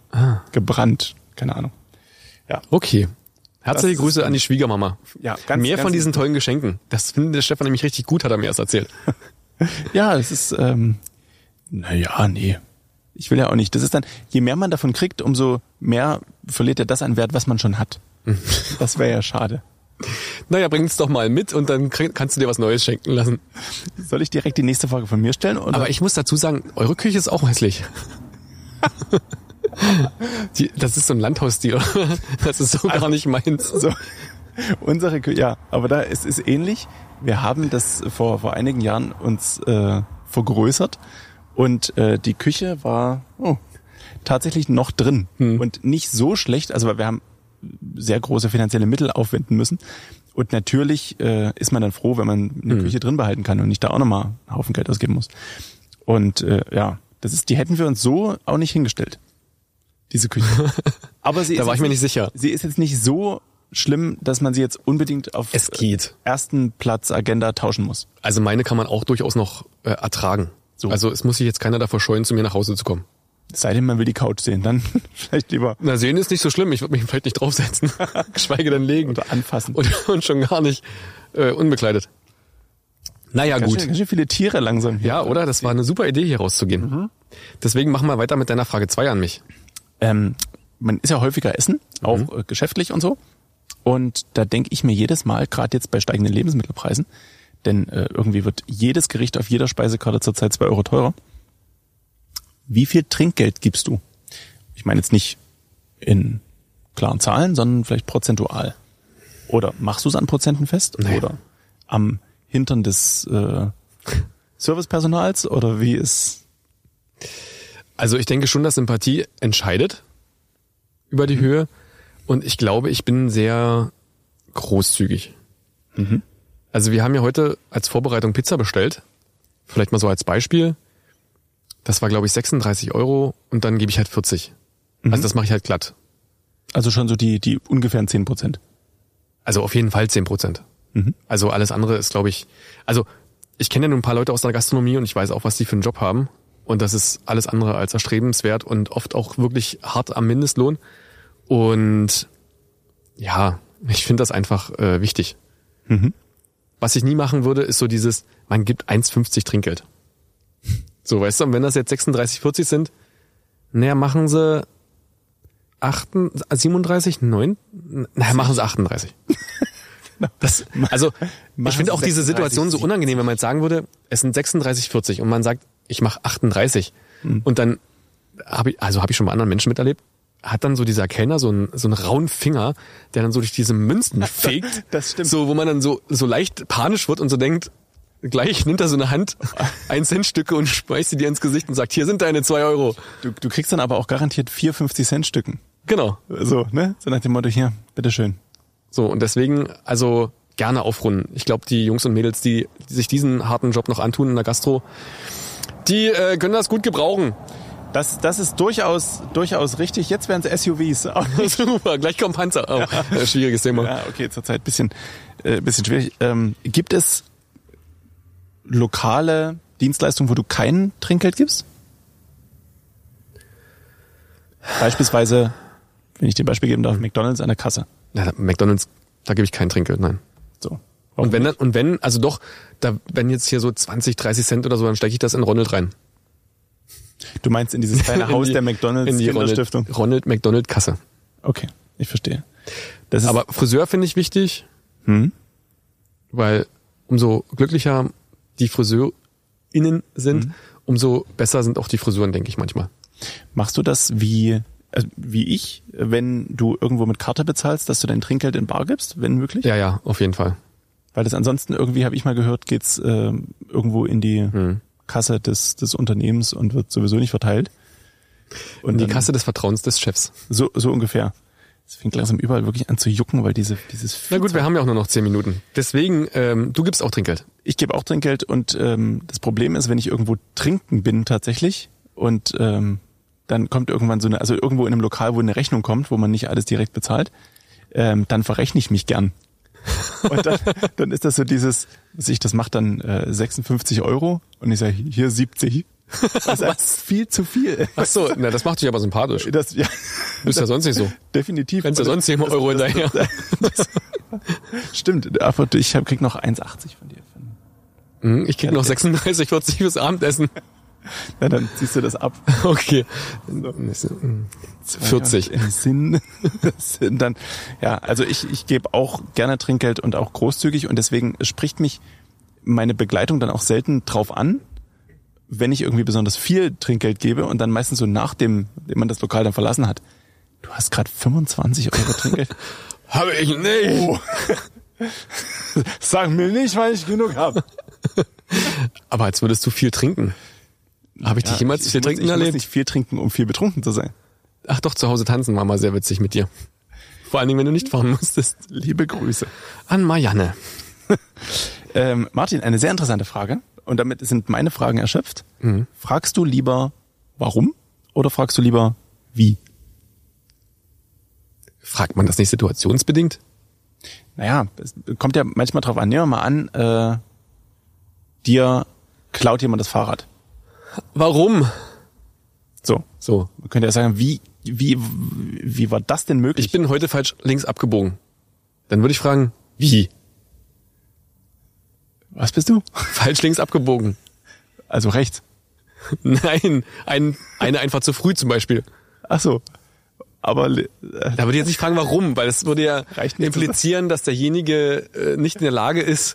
gebrannt. Keine Ahnung.
Okay. Herzliche
Das ist-
Grüße an die Schwiegermama.
Ja, ganz-
Mehr von
ganz-
diesen tollen Geschenken. Das findet der Stefan nämlich richtig gut, hat er mir erst erzählt.
Ja, es ist, ähm, naja, nee. Ich will ja auch nicht. Das ist dann, je mehr man davon kriegt, umso mehr verliert er das an Wert, was man schon hat. Das wäre ja schade.
Naja, bring's doch mal mit und dann krieg, kannst du dir was Neues schenken lassen.
Soll ich direkt die nächste Frage von mir stellen? Oder?
Aber ich muss dazu sagen, eure Küche ist auch hässlich. Die, das ist so ein Landhausstil. Das ist so gar nicht meins.
So, unsere, Kü- ja, aber da ist es ähnlich. Wir haben das vor, vor einigen Jahren uns äh, vergrößert und äh, die Küche war oh, tatsächlich noch drin und nicht so schlecht. Also weil wir haben sehr große finanzielle Mittel aufwenden müssen. Und natürlich äh, ist man dann froh, wenn man eine Küche drin behalten kann und nicht da auch nochmal einen Haufen Geld ausgeben muss. Und äh, ja, das ist, die hätten wir uns so auch nicht hingestellt. Diese Küche. Aber sie
Da
ist
war ich
jetzt
mir nicht sicher.
sie ist jetzt nicht so schlimm, dass man sie jetzt unbedingt auf
Es geht.
ersten Platz Agenda tauschen muss.
Also meine kann man auch durchaus noch äh, ertragen. Also es muss sich jetzt keiner davor scheuen, zu mir nach Hause zu kommen.
Es Sei denn, man will die Couch sehen, dann vielleicht lieber.
Na, sehen ist nicht so schlimm. Ich würde mich vielleicht nicht draufsetzen. Geschweige denn legen.
Oder anfassen.
Und, und schon gar nicht äh, unbekleidet. Naja,
Ganz
gut.
schön, ganz schön viele Tiere langsam hier.
Ja, oder? Das war eine super Idee, hier rauszugehen.
Mhm.
Deswegen machen wir weiter mit deiner Frage 2 an mich.
ähm, man ist ja häufiger essen, auch äh, geschäftlich und so. Und da denke ich mir jedes Mal, gerade jetzt bei steigenden Lebensmittelpreisen, denn äh, irgendwie wird jedes Gericht auf jeder Speisekarte zurzeit zwei Euro teurer. Wie viel Trinkgeld gibst du? Ich meine jetzt nicht in klaren Zahlen, sondern vielleicht prozentual. Oder machst du es an Prozenten fest?
Nee.
Oder am Hintern des äh, Servicepersonals? Oder wie ist...
Also ich denke schon, dass Sympathie entscheidet über die Höhe. Und ich glaube, ich bin sehr großzügig. Also wir haben ja heute als Vorbereitung Pizza bestellt. Vielleicht mal so als Beispiel. Das war, glaube ich, 36 Euro und dann gebe ich halt 40. Also das mache ich halt glatt.
Also schon so die, die ungefähren 10 Prozent.
Also auf jeden Fall 10 Prozent. Also alles andere ist, glaube ich, also ich kenne ja nun ein paar Leute aus der Gastronomie und ich weiß auch, was die für einen Job haben. Und das ist alles andere als erstrebenswert und oft auch wirklich hart am Mindestlohn. Und ja, ich finde das einfach äh, wichtig. Was ich nie machen würde, ist so dieses, man gibt 1,50 Trinkgeld. So, weißt du, und wenn das jetzt 36, 40 sind, naja, machen sie 8, 37, 9, naja, machen sie 38. Das, also, ich finde auch diese
36,
Situation so unangenehm, wenn man jetzt sagen würde, es sind 36, 40 und man sagt, ich mache 38.
Hm.
Und dann habe ich, also habe ich schon bei anderen Menschen miterlebt, hat dann so dieser Kellner so einen, so einen rauen Finger, der dann so durch diese Münzen fegt.
das stimmt.
So, wo man dann so, so leicht panisch wird und so denkt, gleich nimmt er so eine Hand, ein Cent Stücke und schmeißt sie dir ins Gesicht und sagt, hier sind deine zwei Euro.
Du, du kriegst dann aber auch garantiert 4 50 Cent Stücken.
Genau.
So, ne? So nach dem Motto, hier, bitteschön.
So, und deswegen, also gerne aufrunden. Ich glaube, die Jungs und Mädels, die, die sich diesen harten Job noch antun in der Gastro, die äh, können das gut gebrauchen.
Das, das ist durchaus, durchaus richtig. Jetzt wären es SUVs. Auch nicht-
Super, gleich kommt Panzer. Oh, äh, schwieriges Thema.
ja, okay, zurzeit bisschen, äh, bisschen schwierig. Ähm, gibt es lokale Dienstleistungen, wo du kein Trinkgeld gibst? Beispielsweise, wenn ich dir ein Beispiel geben
Mhm.
darf, McDonalds an der Kasse.
Na, McDonalds, da gebe ich kein Trinkgeld, nein.
So.
Und wenn dann, und wenn, also doch, da, wenn jetzt hier so 20, 30 Cent oder so, dann stecke ich das in Ronald rein.
Du meinst in dieses kleine
In
Haus
die-
der McDonalds
in die
Kinderstiftung?
Ronald, Ronald McDonald Kasse.
Okay, ich verstehe. Das ist,
Aber Friseur finde ich wichtig, Hm? weil umso glücklicher die FriseurInnen sind, umso besser sind auch die Frisuren, denke ich manchmal.
Machst du das wie, also wie ich, wenn du irgendwo mit Karte bezahlst, dass du dein Trinkgeld in Bar gibst, wenn möglich?
Ja, ja, auf jeden Fall.
Weil das ansonsten irgendwie, habe ich mal gehört, geht's ähm, irgendwo in die
Mhm.
Kasse des, des Unternehmens und wird sowieso nicht verteilt. Und
In die
dann-
Kasse des Vertrauens des Chefs.
So, so ungefähr. Es fängt langsam überall wirklich an zu jucken, weil diese, dieses
Na gut, wir haben ja auch nur noch 10 Minuten. Deswegen, ähm, du gibst auch Trinkgeld.
ich gebe auch Trinkgeld und ähm, das Problem ist, wenn ich irgendwo trinken bin tatsächlich und ähm, dann kommt irgendwann so eine, also irgendwo in einem Lokal, wo eine Rechnung kommt, wo man nicht alles direkt bezahlt, ähm, dann verrechne ich mich gern. Und dann, dann ist das so dieses, was ich das macht dann äh, 56 Euro und ich sage, hier 70. Das ist einfach viel zu viel.
Ach so, na, das macht dich aber sympathisch.
Das, ja,
Ist ja sonst nicht so.
definitiv. Also
Rennst ja sonst nicht immer Euro hinterher.
Stimmt, aber ich hab, krieg noch 1,80 von dir.
Hm, Ich krieg noch 36, 40 fürs Abendessen.
Na, dann ziehst du das ab.
Okay. Hm. 40.
Äh, Im Sinn. Das sind dann, ja, also ich, ich gebe auch gerne Trinkgeld und auch großzügig und deswegen spricht mich meine Begleitung dann auch selten drauf an, wenn ich irgendwie besonders viel Trinkgeld gebe und dann meistens so nachdem man das Lokal dann verlassen hat. Du hast gerade 25 Euro Trinkgeld.
Habe ich nicht.
Sag mir nicht, weil ich genug habe.
Aber als würdest du viel trinken. Habe ich dich jemals viel trinken
ich
erlebt?
Muss nicht viel trinken, um viel betrunken zu sein.
Ach doch, zu Hause tanzen war mal sehr witzig mit dir. Vor allen Dingen, wenn du nicht fahren musstest.
Liebe Grüße.
An Marianne.
Ähm, Martin, eine sehr interessante Frage. Und damit sind meine Fragen erschöpft. Fragst du lieber warum oder fragst du lieber wie?
Fragt man das nicht situationsbedingt?
Naja, es kommt ja manchmal drauf an. Nehmen wir mal an, äh, dir klaut jemand das Fahrrad.
Warum?
So.
So.
Man könnte ja sagen, wie, wie, wie war das denn möglich?
Ich bin heute falsch links abgebogen. Dann würde ich fragen, wie?
Was bist du?
Falsch links abgebogen.
Also rechts.
Nein, ein, eine einfach zu früh zum Beispiel.
Ach so. Aber äh,
Da würde ich jetzt nicht fragen, warum, weil das würde ja
Reicht nicht
implizieren, dass derjenige äh, nicht in der Lage ist,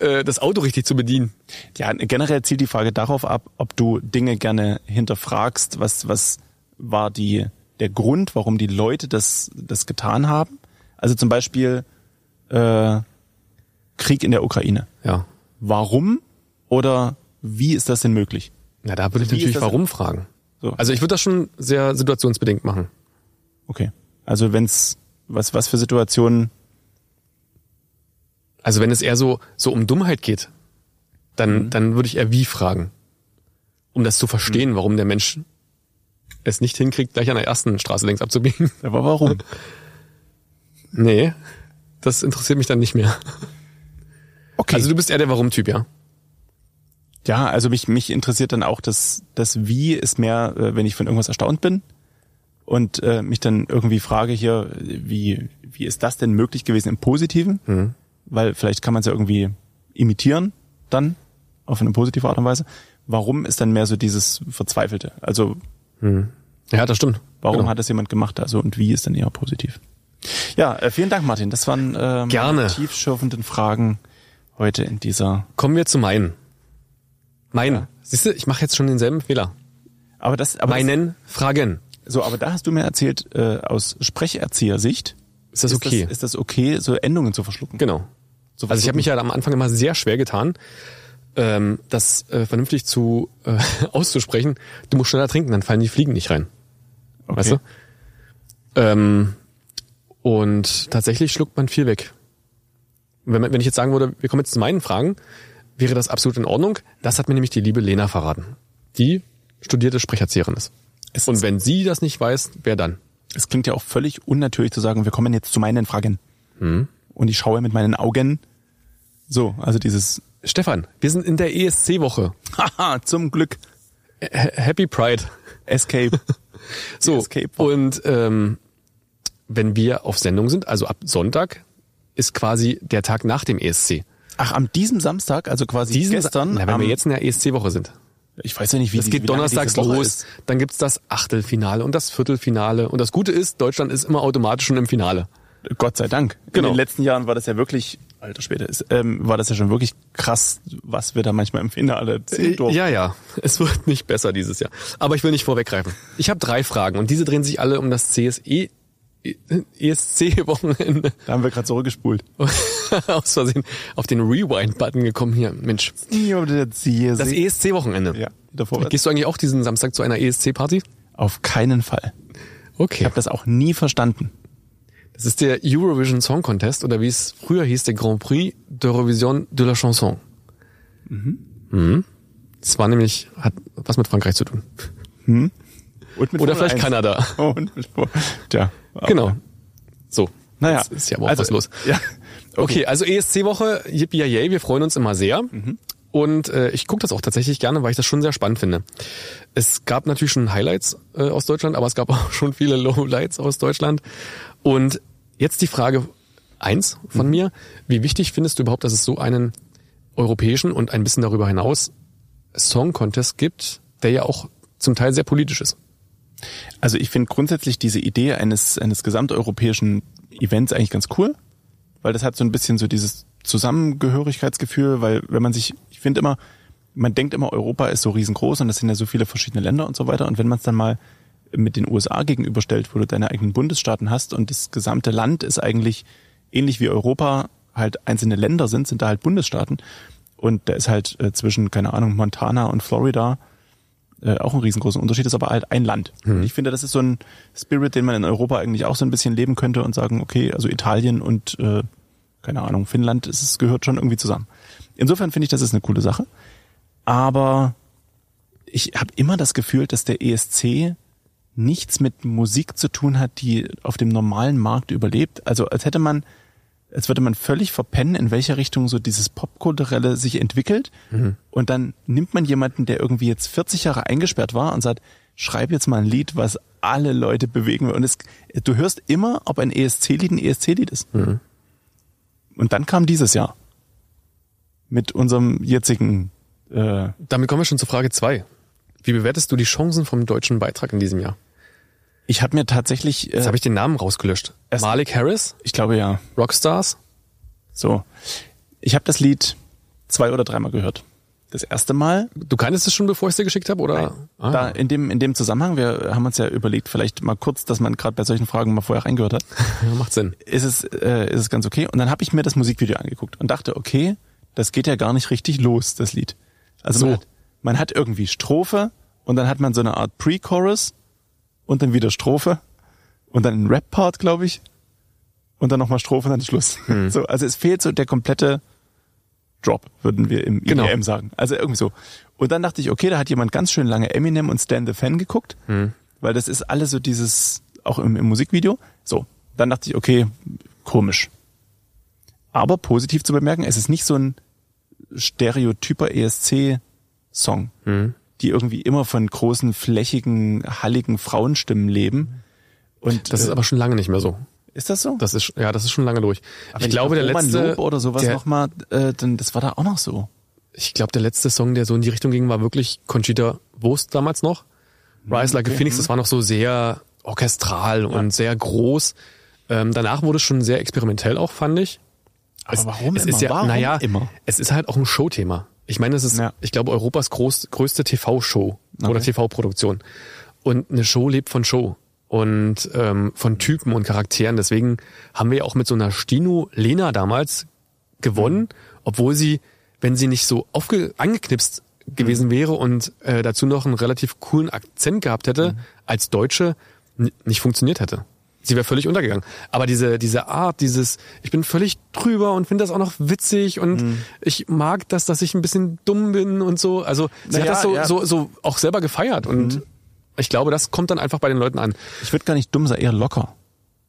äh, das Auto richtig zu bedienen.
ja, generell zielt die Frage darauf ab, ob du Dinge gerne hinterfragst, was, was war die, der Grund, warum die Leute das, das getan haben. Also zum Beispiel äh, Krieg in der Ukraine.
Ja.
Warum oder wie ist das denn möglich?
Na, da würde ich
Wie ist
natürlich
das-
warum fragen.
So.
Also ich würde das schon sehr situationsbedingt machen.
Okay. Also wenn's was was für Situationen?
Also wenn es eher so, so um Dummheit geht,
Mhm.
dann, dann würde ich eher wie fragen. Um das zu verstehen,
Mhm.
warum der Mensch es nicht hinkriegt, gleich an der ersten Straße links abzubiegen.
Aber warum?
Nee, das interessiert mich dann nicht mehr.
Okay.
Also du bist eher der Warum-Typ, ja?
ja, also mich mich interessiert dann auch das das Wie ist mehr, äh, wenn ich von irgendwas erstaunt bin und äh, mich dann irgendwie frage hier, äh, wie wie ist das denn möglich gewesen im Positiven?
Mhm.
Weil vielleicht kann man es ja irgendwie imitieren dann auf eine positive Art und Weise. Warum ist dann mehr so dieses Verzweifelte? Also
Ja, das stimmt.
warum
Genau.
hat das jemand gemacht? Also und wie ist dann eher positiv? Ja, äh, vielen Dank, Martin. Das waren ähm,
Gerne.
tiefschürfenden Fragen heute in dieser.
Kommen wir zu meinen. Meinen. Siehst du, ich mache jetzt schon denselben Fehler.
Aber das, aber
Meinen Fragen.
Das, so, aber da hast du mir erzählt äh, aus Sprecherzieher-Sicht.
Ist das okay?
Ist das, ist das okay, so Endungen zu verschlucken?
Genau.
Zu
Also ich habe
verschlucken.
mich ja am Anfang immer sehr schwer getan, ähm, das äh, vernünftig zu äh, auszusprechen. Du musst schneller trinken, dann fallen die Fliegen nicht rein.
okay.
Weißt du? Ähm, und tatsächlich schluckt man viel weg. Wenn, man, wenn ich jetzt sagen würde, wir kommen jetzt zu meinen Fragen, wäre das absolut in Ordnung. Das hat mir nämlich die liebe Lena verraten. Die studierte Sprecherzieherin ist.
Es-
Und wenn sie das nicht weiß, wer dann?
Es klingt ja auch völlig unnatürlich zu sagen, wir kommen jetzt zu meinen Fragen.
Mhm.
Und ich schaue mit meinen Augen. So, also dieses
Stefan, wir sind in der E ESC-Woche.
Haha, zum Glück.
Happy Pride.
Escape.
So,
Escape Woche.
und ähm, wenn wir auf Sendung sind, also ab Sonntag, ist quasi der Tag nach dem E ESC.
Ach, am diesem Samstag, also quasi gestern.
Na, wenn
am,
wir jetzt in der E ESC-Woche sind.
ich weiß ja nicht, wie
Das
die-
geht
wie lange
donnerstags
diese Woche
los.
ist.
Dann gibt's das Achtelfinale und das Viertelfinale. Und das Gute ist, Deutschland ist immer automatisch schon im Finale.
Gott sei Dank.
Genau.
In den letzten Jahren war das ja wirklich, alter Später ist, ähm, war das ja schon wirklich krass, was wir da manchmal im Finale ziehen durften.
Äh, Ja, ja. Es wird nicht besser dieses Jahr. Aber ich will nicht vorweggreifen. Ich habe drei Fragen und diese drehen sich alle um das CSE. E ESC-Wochenende
Da haben wir gerade zurückgespult.
aus Versehen auf den Rewind-Button gekommen hier. Mensch, das E
Das E-
ESC-Wochenende.
ja, davor
Gehst du eigentlich auch diesen Samstag zu einer E ESC-Party?
Auf keinen Fall. Ich
Okay.
habe das auch nie verstanden.
Das ist der Eurovision Song Contest oder wie es früher hieß, der Grand Prix d'Eurovision de la Chanson. Mhm. Mhm. Das war nämlich, hat was mit Frankreich zu tun.
Und mit Formel
Oder vielleicht
1.
Kanada.
Und mit Formel- Tja.
Genau. So.
Naja.
Jetzt ist ja aber auch
also,
was los.
Ja.
Okay, also ESC-Woche, yippie yay, wir freuen uns immer sehr. Und äh, ich gucke das auch tatsächlich gerne, weil ich das schon sehr spannend finde. Es gab natürlich schon Highlights äh, aus Deutschland, aber es gab auch schon viele Lowlights aus Deutschland. Und jetzt die Frage eins von mir. Wie wichtig findest du überhaupt, dass es so einen europäischen und ein bisschen darüber hinaus Song-Contest gibt, der ja auch zum Teil sehr politisch ist?
Also ich finde grundsätzlich diese Idee eines, eines gesamteuropäischen Events eigentlich ganz cool, weil das hat so ein bisschen so dieses Zusammengehörigkeitsgefühl, weil wenn man sich, ich finde immer, man denkt immer, Europa ist so riesengroß und das sind ja so viele verschiedene Länder und so weiter. Und wenn man es dann mal mit den USA gegenüberstellt, wo du deine eigenen Bundesstaaten hast und das gesamte Land ist eigentlich ähnlich wie Europa halt einzelne Länder sind, sind da halt Bundesstaaten. Und da ist halt äh, zwischen, keine Ahnung, Montana und Florida äh, auch ein riesengroßer Unterschied, ist aber halt ein Land. Und Ich finde, das ist so ein Spirit, den man in Europa eigentlich auch so ein bisschen leben könnte und sagen, okay, also Italien und äh, keine Ahnung, Finnland, es ist- gehört schon irgendwie zusammen. Insofern finde ich, das ist eine coole Sache. Aber ich habe immer das Gefühl, dass der ESC nichts mit Musik zu tun hat, die auf dem normalen Markt überlebt. Also als hätte man, als würde man völlig verpennen, in welche Richtung so dieses Popkulturelle sich entwickelt. Und dann nimmt man jemanden, der irgendwie jetzt 40 Jahre eingesperrt war und sagt, schreib jetzt mal ein Lied, was alle Leute bewegen will. Und es, du hörst immer, ob ein ESC-Lied ein ESC-Lied ist. Und dann kam dieses Jahr mit unserem jetzigen äh,
Damit kommen wir schon zur Frage zwei. Wie bewertest du die Chancen vom deutschen Beitrag in diesem Jahr?
Ich habe mir tatsächlich,
Jetzt
äh,
habe ich den Namen rausgelöscht.
Erst-
Malik Harris,
ich glaube ja,
Rockstars.
so. Ich habe das Lied zwei oder dreimal gehört. Das erste Mal,
Du kanntest es schon, bevor ich es dir geschickt habe, oder? Ah.
da in dem in dem Zusammenhang, wir haben uns ja überlegt, vielleicht mal kurz, dass man gerade bei solchen Fragen mal vorher reingehört hat,
Ja, macht Sinn.
ist es äh, ist es ganz okay. Und dann habe ich mir das Musikvideo angeguckt und dachte, okay, das geht ja gar nicht richtig los, das Lied. Also
So.
man, hat, man hat irgendwie Strophe und dann hat man so eine Art Pre-Chorus und dann wieder Strophe und dann ein Rap-Part, glaube ich, und dann nochmal Strophe und dann Schluss.
Hm.
So, also es fehlt so der komplette Drop, würden wir im
Genau.
IDM sagen. Also irgendwie so. Und dann dachte ich, okay, da hat jemand ganz schön lange Eminem und Stan the Fan geguckt,
Hm.
weil das ist alles so dieses, auch im, im Musikvideo. So, dann dachte ich, okay, komisch. Aber positiv zu bemerken, es ist nicht so ein stereotyper ESC-Song,
Hm.
die irgendwie immer von großen, flächigen, halligen Frauenstimmen leben. Und
Das ist
äh,
aber schon lange nicht mehr so.
ist das so?
Das ist, ja, das ist schon lange durch. ich
Wenn
glaube, der
Roman
letzte,
Lob oder sowas
der,
nochmal, äh, dann das war da auch noch so.
ich glaube, der letzte Song, der so in die Richtung ging, war wirklich Conchita Wurst damals noch. Rise
Mhm.
Like a Phoenix, das war noch so sehr orchestral und sehr groß. Ähm, danach wurde es schon sehr experimentell auch, fand ich.
Aber
es,
warum
es
immer?
Ist ja,
Warum
naja,
immer?
Es ist halt auch ein Showthema. Ich meine, es ist,
Ja.
ich glaube, Europas groß, größte TV-Show oder TV-Produktion. Und eine Show lebt von Show und ähm, von Typen und Charakteren. Deswegen haben wir ja auch mit so einer Stino-Lena damals gewonnen, obwohl sie, wenn sie nicht so aufge angeknipst gewesen wäre und äh, dazu noch einen relativ coolen Akzent gehabt hätte, als Deutsche n- nicht funktioniert hätte. Sie wäre völlig untergegangen. Aber diese, diese Art, dieses, ich bin völlig drüber und finde das auch noch witzig und
Mhm.
ich mag das, dass ich ein bisschen dumm bin und so. Also sie
Naja,
hat das so,
ja. Mhm.
so, so auch selber gefeiert und ich glaube, das kommt dann einfach bei den Leuten an.
Ich würde gar nicht dumm sein, eher locker.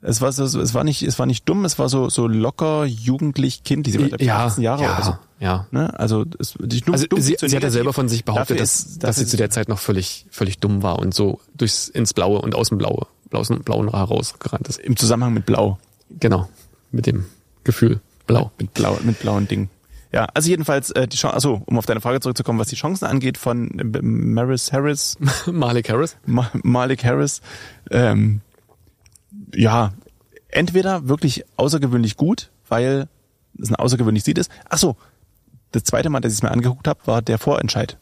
Es war, so, es war nicht, es war nicht dumm, es war so, so locker, jugendlich, Kind, diese
ja,
18 Jahre
ja,
oder so.
ja.
Ne? Also, es, die dumm,
Also
dumm
sie,
ist so
sie hat ja
negativ.
selber von sich behauptet,
Dafür
dass,
ist-
dass sie
dafür
zu der Zeit noch völlig, völlig dumm war und so durchs ins Blaue und aus dem Blaue, aus dem blauen heraus gerannt ist.
im Zusammenhang mit Blau.
Genau. Mit dem Gefühl blau.
Mit, blau, mit blauen Dingen. Ja, also jedenfalls, äh, die Chance, also um auf deine Frage zurückzukommen, was die Chancen angeht von äh, Maris Harris,
Malik Harris.
Ma Malik Harris, ähm, ja, entweder wirklich außergewöhnlich gut, weil es ein außergewöhnliches Lied ist. Ach so, das zweite Mal, dass ich es mir angeguckt habe, war der Vorentscheid.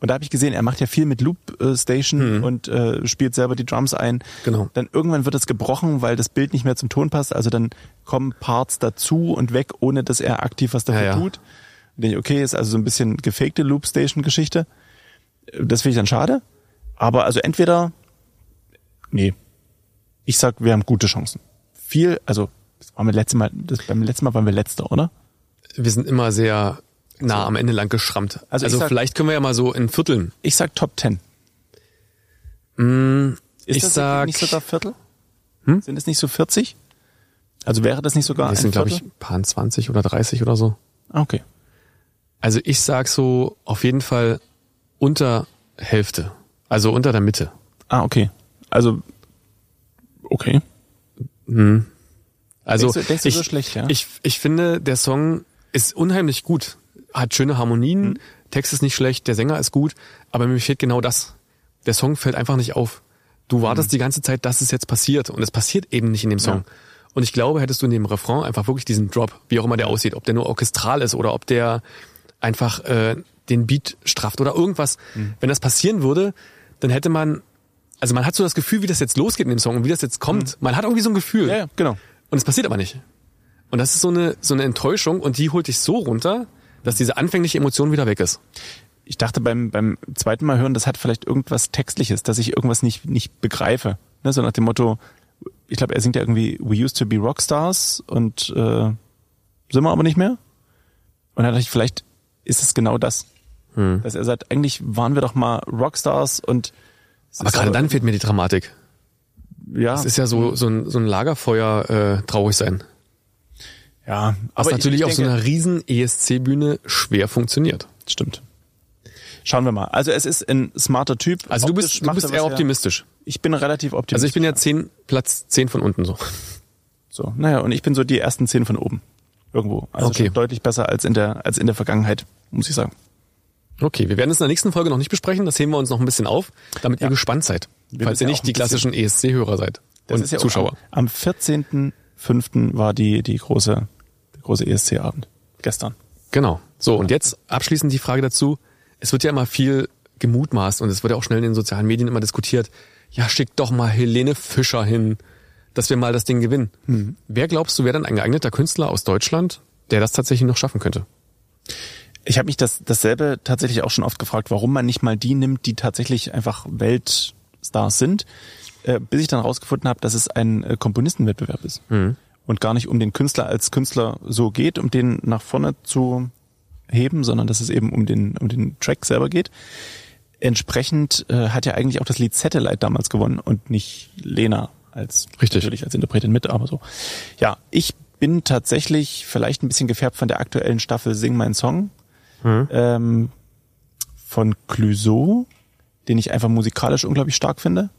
Und da habe ich gesehen, er macht ja viel mit Loop äh, Station und äh, spielt selber die Drums ein.
Genau.
Dann irgendwann wird es gebrochen, weil das Bild nicht mehr zum Ton passt. Also dann kommen Parts dazu und weg, ohne dass er aktiv was dafür
Ja, ja.
tut. Und denke ich, okay, ist also so ein bisschen gefakte Loop Station Geschichte. Das finde ich dann schade. Aber also entweder, nee, ich sag, wir haben gute Chancen. Viel, also das waren wir letztes Mal, das, beim letzten Mal waren wir letzter, oder?
Wir sind immer sehr nah am Ende lang geschrammt.
Also
Also,
ich sag-
vielleicht können wir ja mal so in Vierteln.
Ich sag Top 10. Ist
Mm, ich
das
sag-
nicht sogar Viertel? Sind es nicht so 40? Also wäre das nicht sogar
Das
ein
sind, glaube ich,
Viertel?
paar 20 oder 30 oder so.
Ah, okay.
Also ich sag so auf jeden Fall unter Hälfte. Also unter der Mitte.
Ah, okay. Also, okay.
Also
Denkst du- denkst du
ich,
so schlecht, ja?
ich, ich finde, der Song ist unheimlich gut. Hat schöne Harmonien,
Mhm.
Text ist nicht schlecht, der Sänger ist gut, aber mir fehlt genau das. Der Song fällt einfach nicht auf. Du
Mhm.
wartest die ganze Zeit, dass es jetzt passiert und es passiert eben nicht in dem Song. Und ich glaube, hättest du in dem Refrain einfach wirklich diesen Drop, wie auch immer der aussieht, ob der nur orchestral ist oder ob der einfach äh, den Beat strafft oder irgendwas.
Mhm.
Wenn das passieren würde, dann hätte man, also man hat so das Gefühl, wie das jetzt losgeht in dem Song und wie das jetzt kommt. Man hat irgendwie so ein Gefühl.
Mhm. Ja, ja, genau.
Und es passiert aber nicht. Und das ist so eine, so eine Enttäuschung und die holt dich so runter, dass diese anfängliche Emotion wieder weg ist.
Ich dachte beim, beim zweiten Mal hören, das hat vielleicht irgendwas Textliches, dass ich irgendwas nicht, nicht begreife. Ne? So nach dem Motto, ich glaube, er singt ja irgendwie We used to be Rockstars und äh, sind wir aber nicht mehr. Und dann dachte ich, vielleicht ist es genau das.
Hm.
Dass er sagt, eigentlich waren wir doch mal Rockstars und es
Aber
ist
gerade dann fehlt mir die Dramatik.
ja,
Das ist ja
Mhm.
so, so ein, so ein Lagerfeuer äh, traurig sein.
ja,
Was
aber
natürlich
ich
auf so E
denke-
einer riesen ESC-Bühne schwer funktioniert.
Stimmt. Schauen wir mal. Also es ist ein smarter Typ.
Also du
Optisch
bist, du
macht
bist
er was
eher
her.
optimistisch.
Ich bin relativ optimistisch.
Also ich bin ja zehn, Platz 10 von unten so.
So, naja, und ich bin so die ersten zehn von oben. Irgendwo. Also
Okay.
schon deutlich besser als in der, als in der Vergangenheit, muss ich sagen.
Okay, wir werden es in der nächsten Folge noch nicht besprechen, das heben wir uns noch ein bisschen auf, damit ihr gespannt seid.
Wir
falls
müssen
ihr
ja
nicht
auch
die
ein bisschen-
klassischen ESC-Hörer seid
Das
und
ist ja auch
Zuschauer.
Am, am 14.05. war die, die große, der große E ESC-Abend. Gestern.
Genau. So, und jetzt abschließend die Frage dazu. Es wird ja immer viel gemutmaßt und es wird ja auch schnell in den sozialen Medien immer diskutiert. Ja, schick doch mal Helene Fischer hin, dass wir mal das Ding gewinnen.
Hm.
Wer glaubst du, wäre dann ein geeigneter Künstler aus Deutschland, der das tatsächlich noch schaffen könnte?
Ich habe mich das dasselbe tatsächlich auch schon oft gefragt, warum man nicht mal die nimmt, die tatsächlich einfach Weltstars sind, äh, bis ich dann rausgefunden habe, dass es ein äh, Komponistenwettbewerb ist und gar nicht um den Künstler als Künstler so geht, um den nach vorne zu heben, sondern dass es eben um den um den Track selber geht. Entsprechend äh, hat ja eigentlich auch das Lied Satellite damals gewonnen und nicht Lena als
Richtig.
natürlich als Interpretin mit, aber so. Ja, ich bin tatsächlich vielleicht ein bisschen gefärbt von der aktuellen Staffel Sing mein Song ähm, von Clouseau, den ich einfach musikalisch unglaublich stark finde.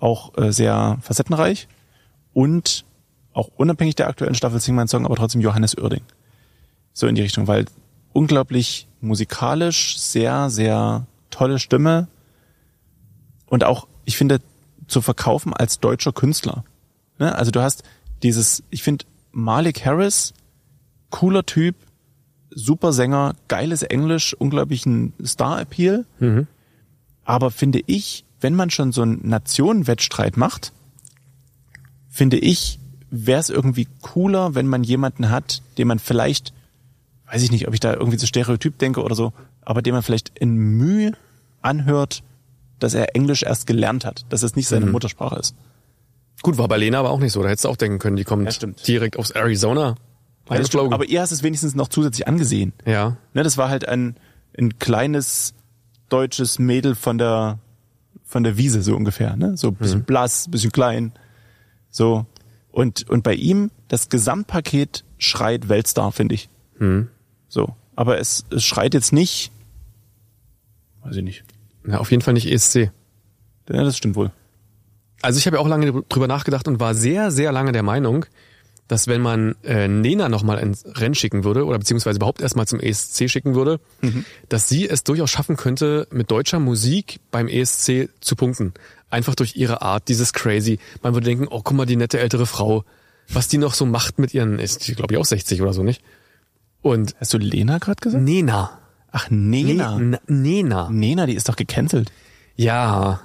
Auch äh, sehr facettenreich. Und auch unabhängig der aktuellen Staffel Sing mein Song, aber trotzdem Johannes Oerding. So in die Richtung, weil unglaublich musikalisch, sehr, sehr tolle Stimme. Und auch, ich finde, zu verkaufen als deutscher Künstler. Ne? Also du hast dieses, ich finde, Malik Harris, cooler Typ, super Sänger, geiles Englisch, unglaublichen Star-Appeal. Aber finde ich, wenn man schon so einen Nationenwettstreit macht, finde ich, wäre es irgendwie cooler, wenn man jemanden hat, den man vielleicht, weiß ich nicht, ob ich da irgendwie zu Stereotyp denke oder so, aber den man vielleicht in Mühe anhört, dass er Englisch erst gelernt hat, dass es nicht seine Muttersprache ist.
Gut, war bei Lena aber auch nicht so. Da hättest du auch denken können, die kommt
Ja, stimmt.
direkt aus Arizona. Alles ja,
aber ihr hast es wenigstens noch zusätzlich angesehen.
ja,
Ne, das war halt ein, ein kleines deutsches Mädel von der, von der Wiese, so ungefähr. Ne?
Mhm.
So ein bisschen blass, bisschen klein. So. Und, und bei ihm, das Gesamtpaket schreit Weltstar, finde ich.
Mhm.
So. Aber es, es schreit jetzt nicht. Weiß ich nicht.
na, auf jeden Fall nicht E ESC.
Ja, das stimmt wohl.
Also ich habe ja auch lange drüber nachgedacht und war sehr, sehr lange der Meinung, dass wenn man äh, Nena nochmal ins Rennen schicken würde oder beziehungsweise überhaupt erstmal zum ESC schicken würde, dass sie es durchaus schaffen könnte, mit deutscher Musik beim ESC zu punkten. Einfach durch ihre Art, dieses Crazy. Man würde denken, oh, guck mal, die nette ältere Frau, was die noch so macht mit ihren, ist die, glaube ich, auch 60 oder so, nicht? Und
Hast du Lena gerade
Mhm.
gesagt?
Nena.
Ach, Nena.
N- Nena.
Nena, die ist doch gecancelt.
Ja.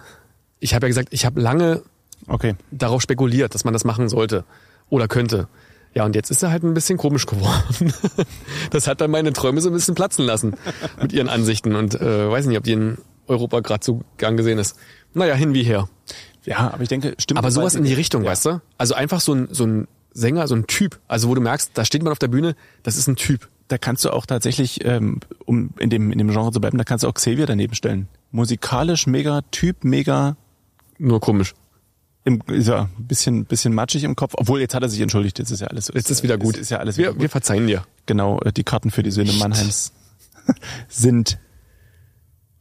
Ich habe ja gesagt, ich habe lange
Okay.
darauf spekuliert, dass man das machen sollte oder könnte. Ja, und jetzt ist er halt ein bisschen komisch geworden. Das hat dann meine Träume so ein bisschen platzen lassen mit ihren Ansichten und äh, weiß nicht, ob die in Europa gerade so gern gesehen ist. Naja, hin wie her.
Ja, aber ich denke, stimmt.
Aber sowas in die Richtung,
ja.
weißt du? Also einfach so ein, so ein Sänger, so ein Typ. Also wo du merkst, da steht man auf der Bühne, das ist ein Typ.
da kannst du auch tatsächlich, ähm, um in dem, in dem Genre zu bleiben, da kannst du auch Xavier daneben stellen. Musikalisch mega, Typ mega,
Nur komisch.
im, ist ja ein bisschen, bisschen matschig im Kopf. Obwohl, jetzt hat er sich entschuldigt, jetzt ist ja alles. äh,
Jetzt ist wieder gut.
Ist, ist ja alles wieder
wir,
gut.
wir verzeihen dir.
genau, äh, die Karten für die Söhne Mannheims sind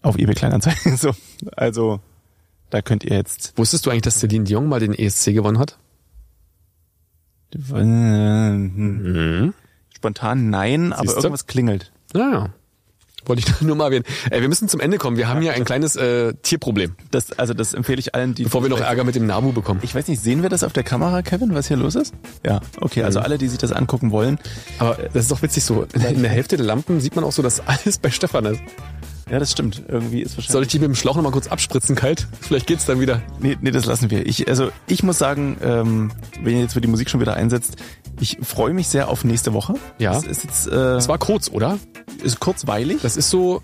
auf eBay Kleinanzeigen. So, also, da könnt ihr jetzt,
Wusstest du eigentlich, dass Celine Dion mal den ESC gewonnen hat? Mhm.
spontan nein, aber
Siehste?
irgendwas klingelt.
Ja, ja. Wollte ich nur mal erwähnen. Ey, wir müssen zum Ende kommen. Wir haben hier ein kleines äh, Tierproblem,
Das, also, das empfehle ich allen, die.
bevor wir noch Ärger mit dem Nabu bekommen.
Ich weiß nicht, sehen wir das auf der Kamera, Kevin, was hier los ist? Ja, okay, also alle, die sich das angucken wollen.
Aber das ist doch witzig so. In der Hälfte der Lampen sieht man auch so, dass alles bei Stefan ist.
Ja, das stimmt. Irgendwie ist wahrscheinlich.
Soll ich die mit dem Schlauch nochmal kurz abspritzen kalt? Vielleicht geht's dann wieder.
Nee, nee, das lassen wir. Ich, also ich muss sagen, ähm, wenn ihr jetzt für die Musik schon wieder einsetzt, ich freue mich sehr auf nächste Woche.
Ja.
Es ist jetzt äh,
Das war kurz, oder?
ist kurzweilig,
Das ist so...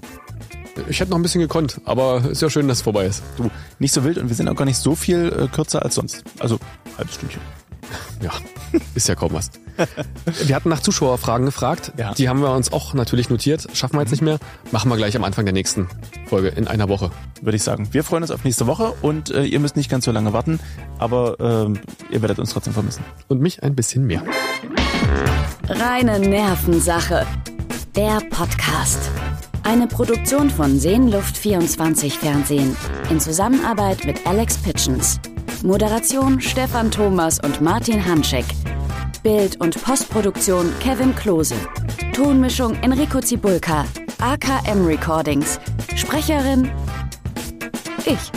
Ich hätte noch ein bisschen gekonnt, aber ist ja schön, dass es vorbei ist.
du, nicht so wild und wir sind auch gar nicht so viel äh, kürzer als sonst. Also halbes Stündchen.
Ja, ist ja kaum was. Wir hatten nach Zuschauerfragen gefragt.
Ja.
Die haben wir uns auch natürlich notiert. Schaffen wir jetzt nicht mehr. Machen wir gleich am Anfang der nächsten Folge in einer Woche.
würde ich sagen. Wir freuen uns auf nächste Woche und äh, ihr müsst nicht ganz so lange warten, aber ähm, ihr werdet uns trotzdem vermissen.
Und mich ein bisschen mehr.
Reine Nervensache. Der Podcast. Eine Produktion von Seenluft24 Fernsehen in Zusammenarbeit mit Alex Pitchens. Moderation Stefan Thomas und Martin Hanschek. Bild- und Postproduktion Kevin Klose. Tonmischung Enrico Zibulka. AKM Recordings. Sprecherin ich.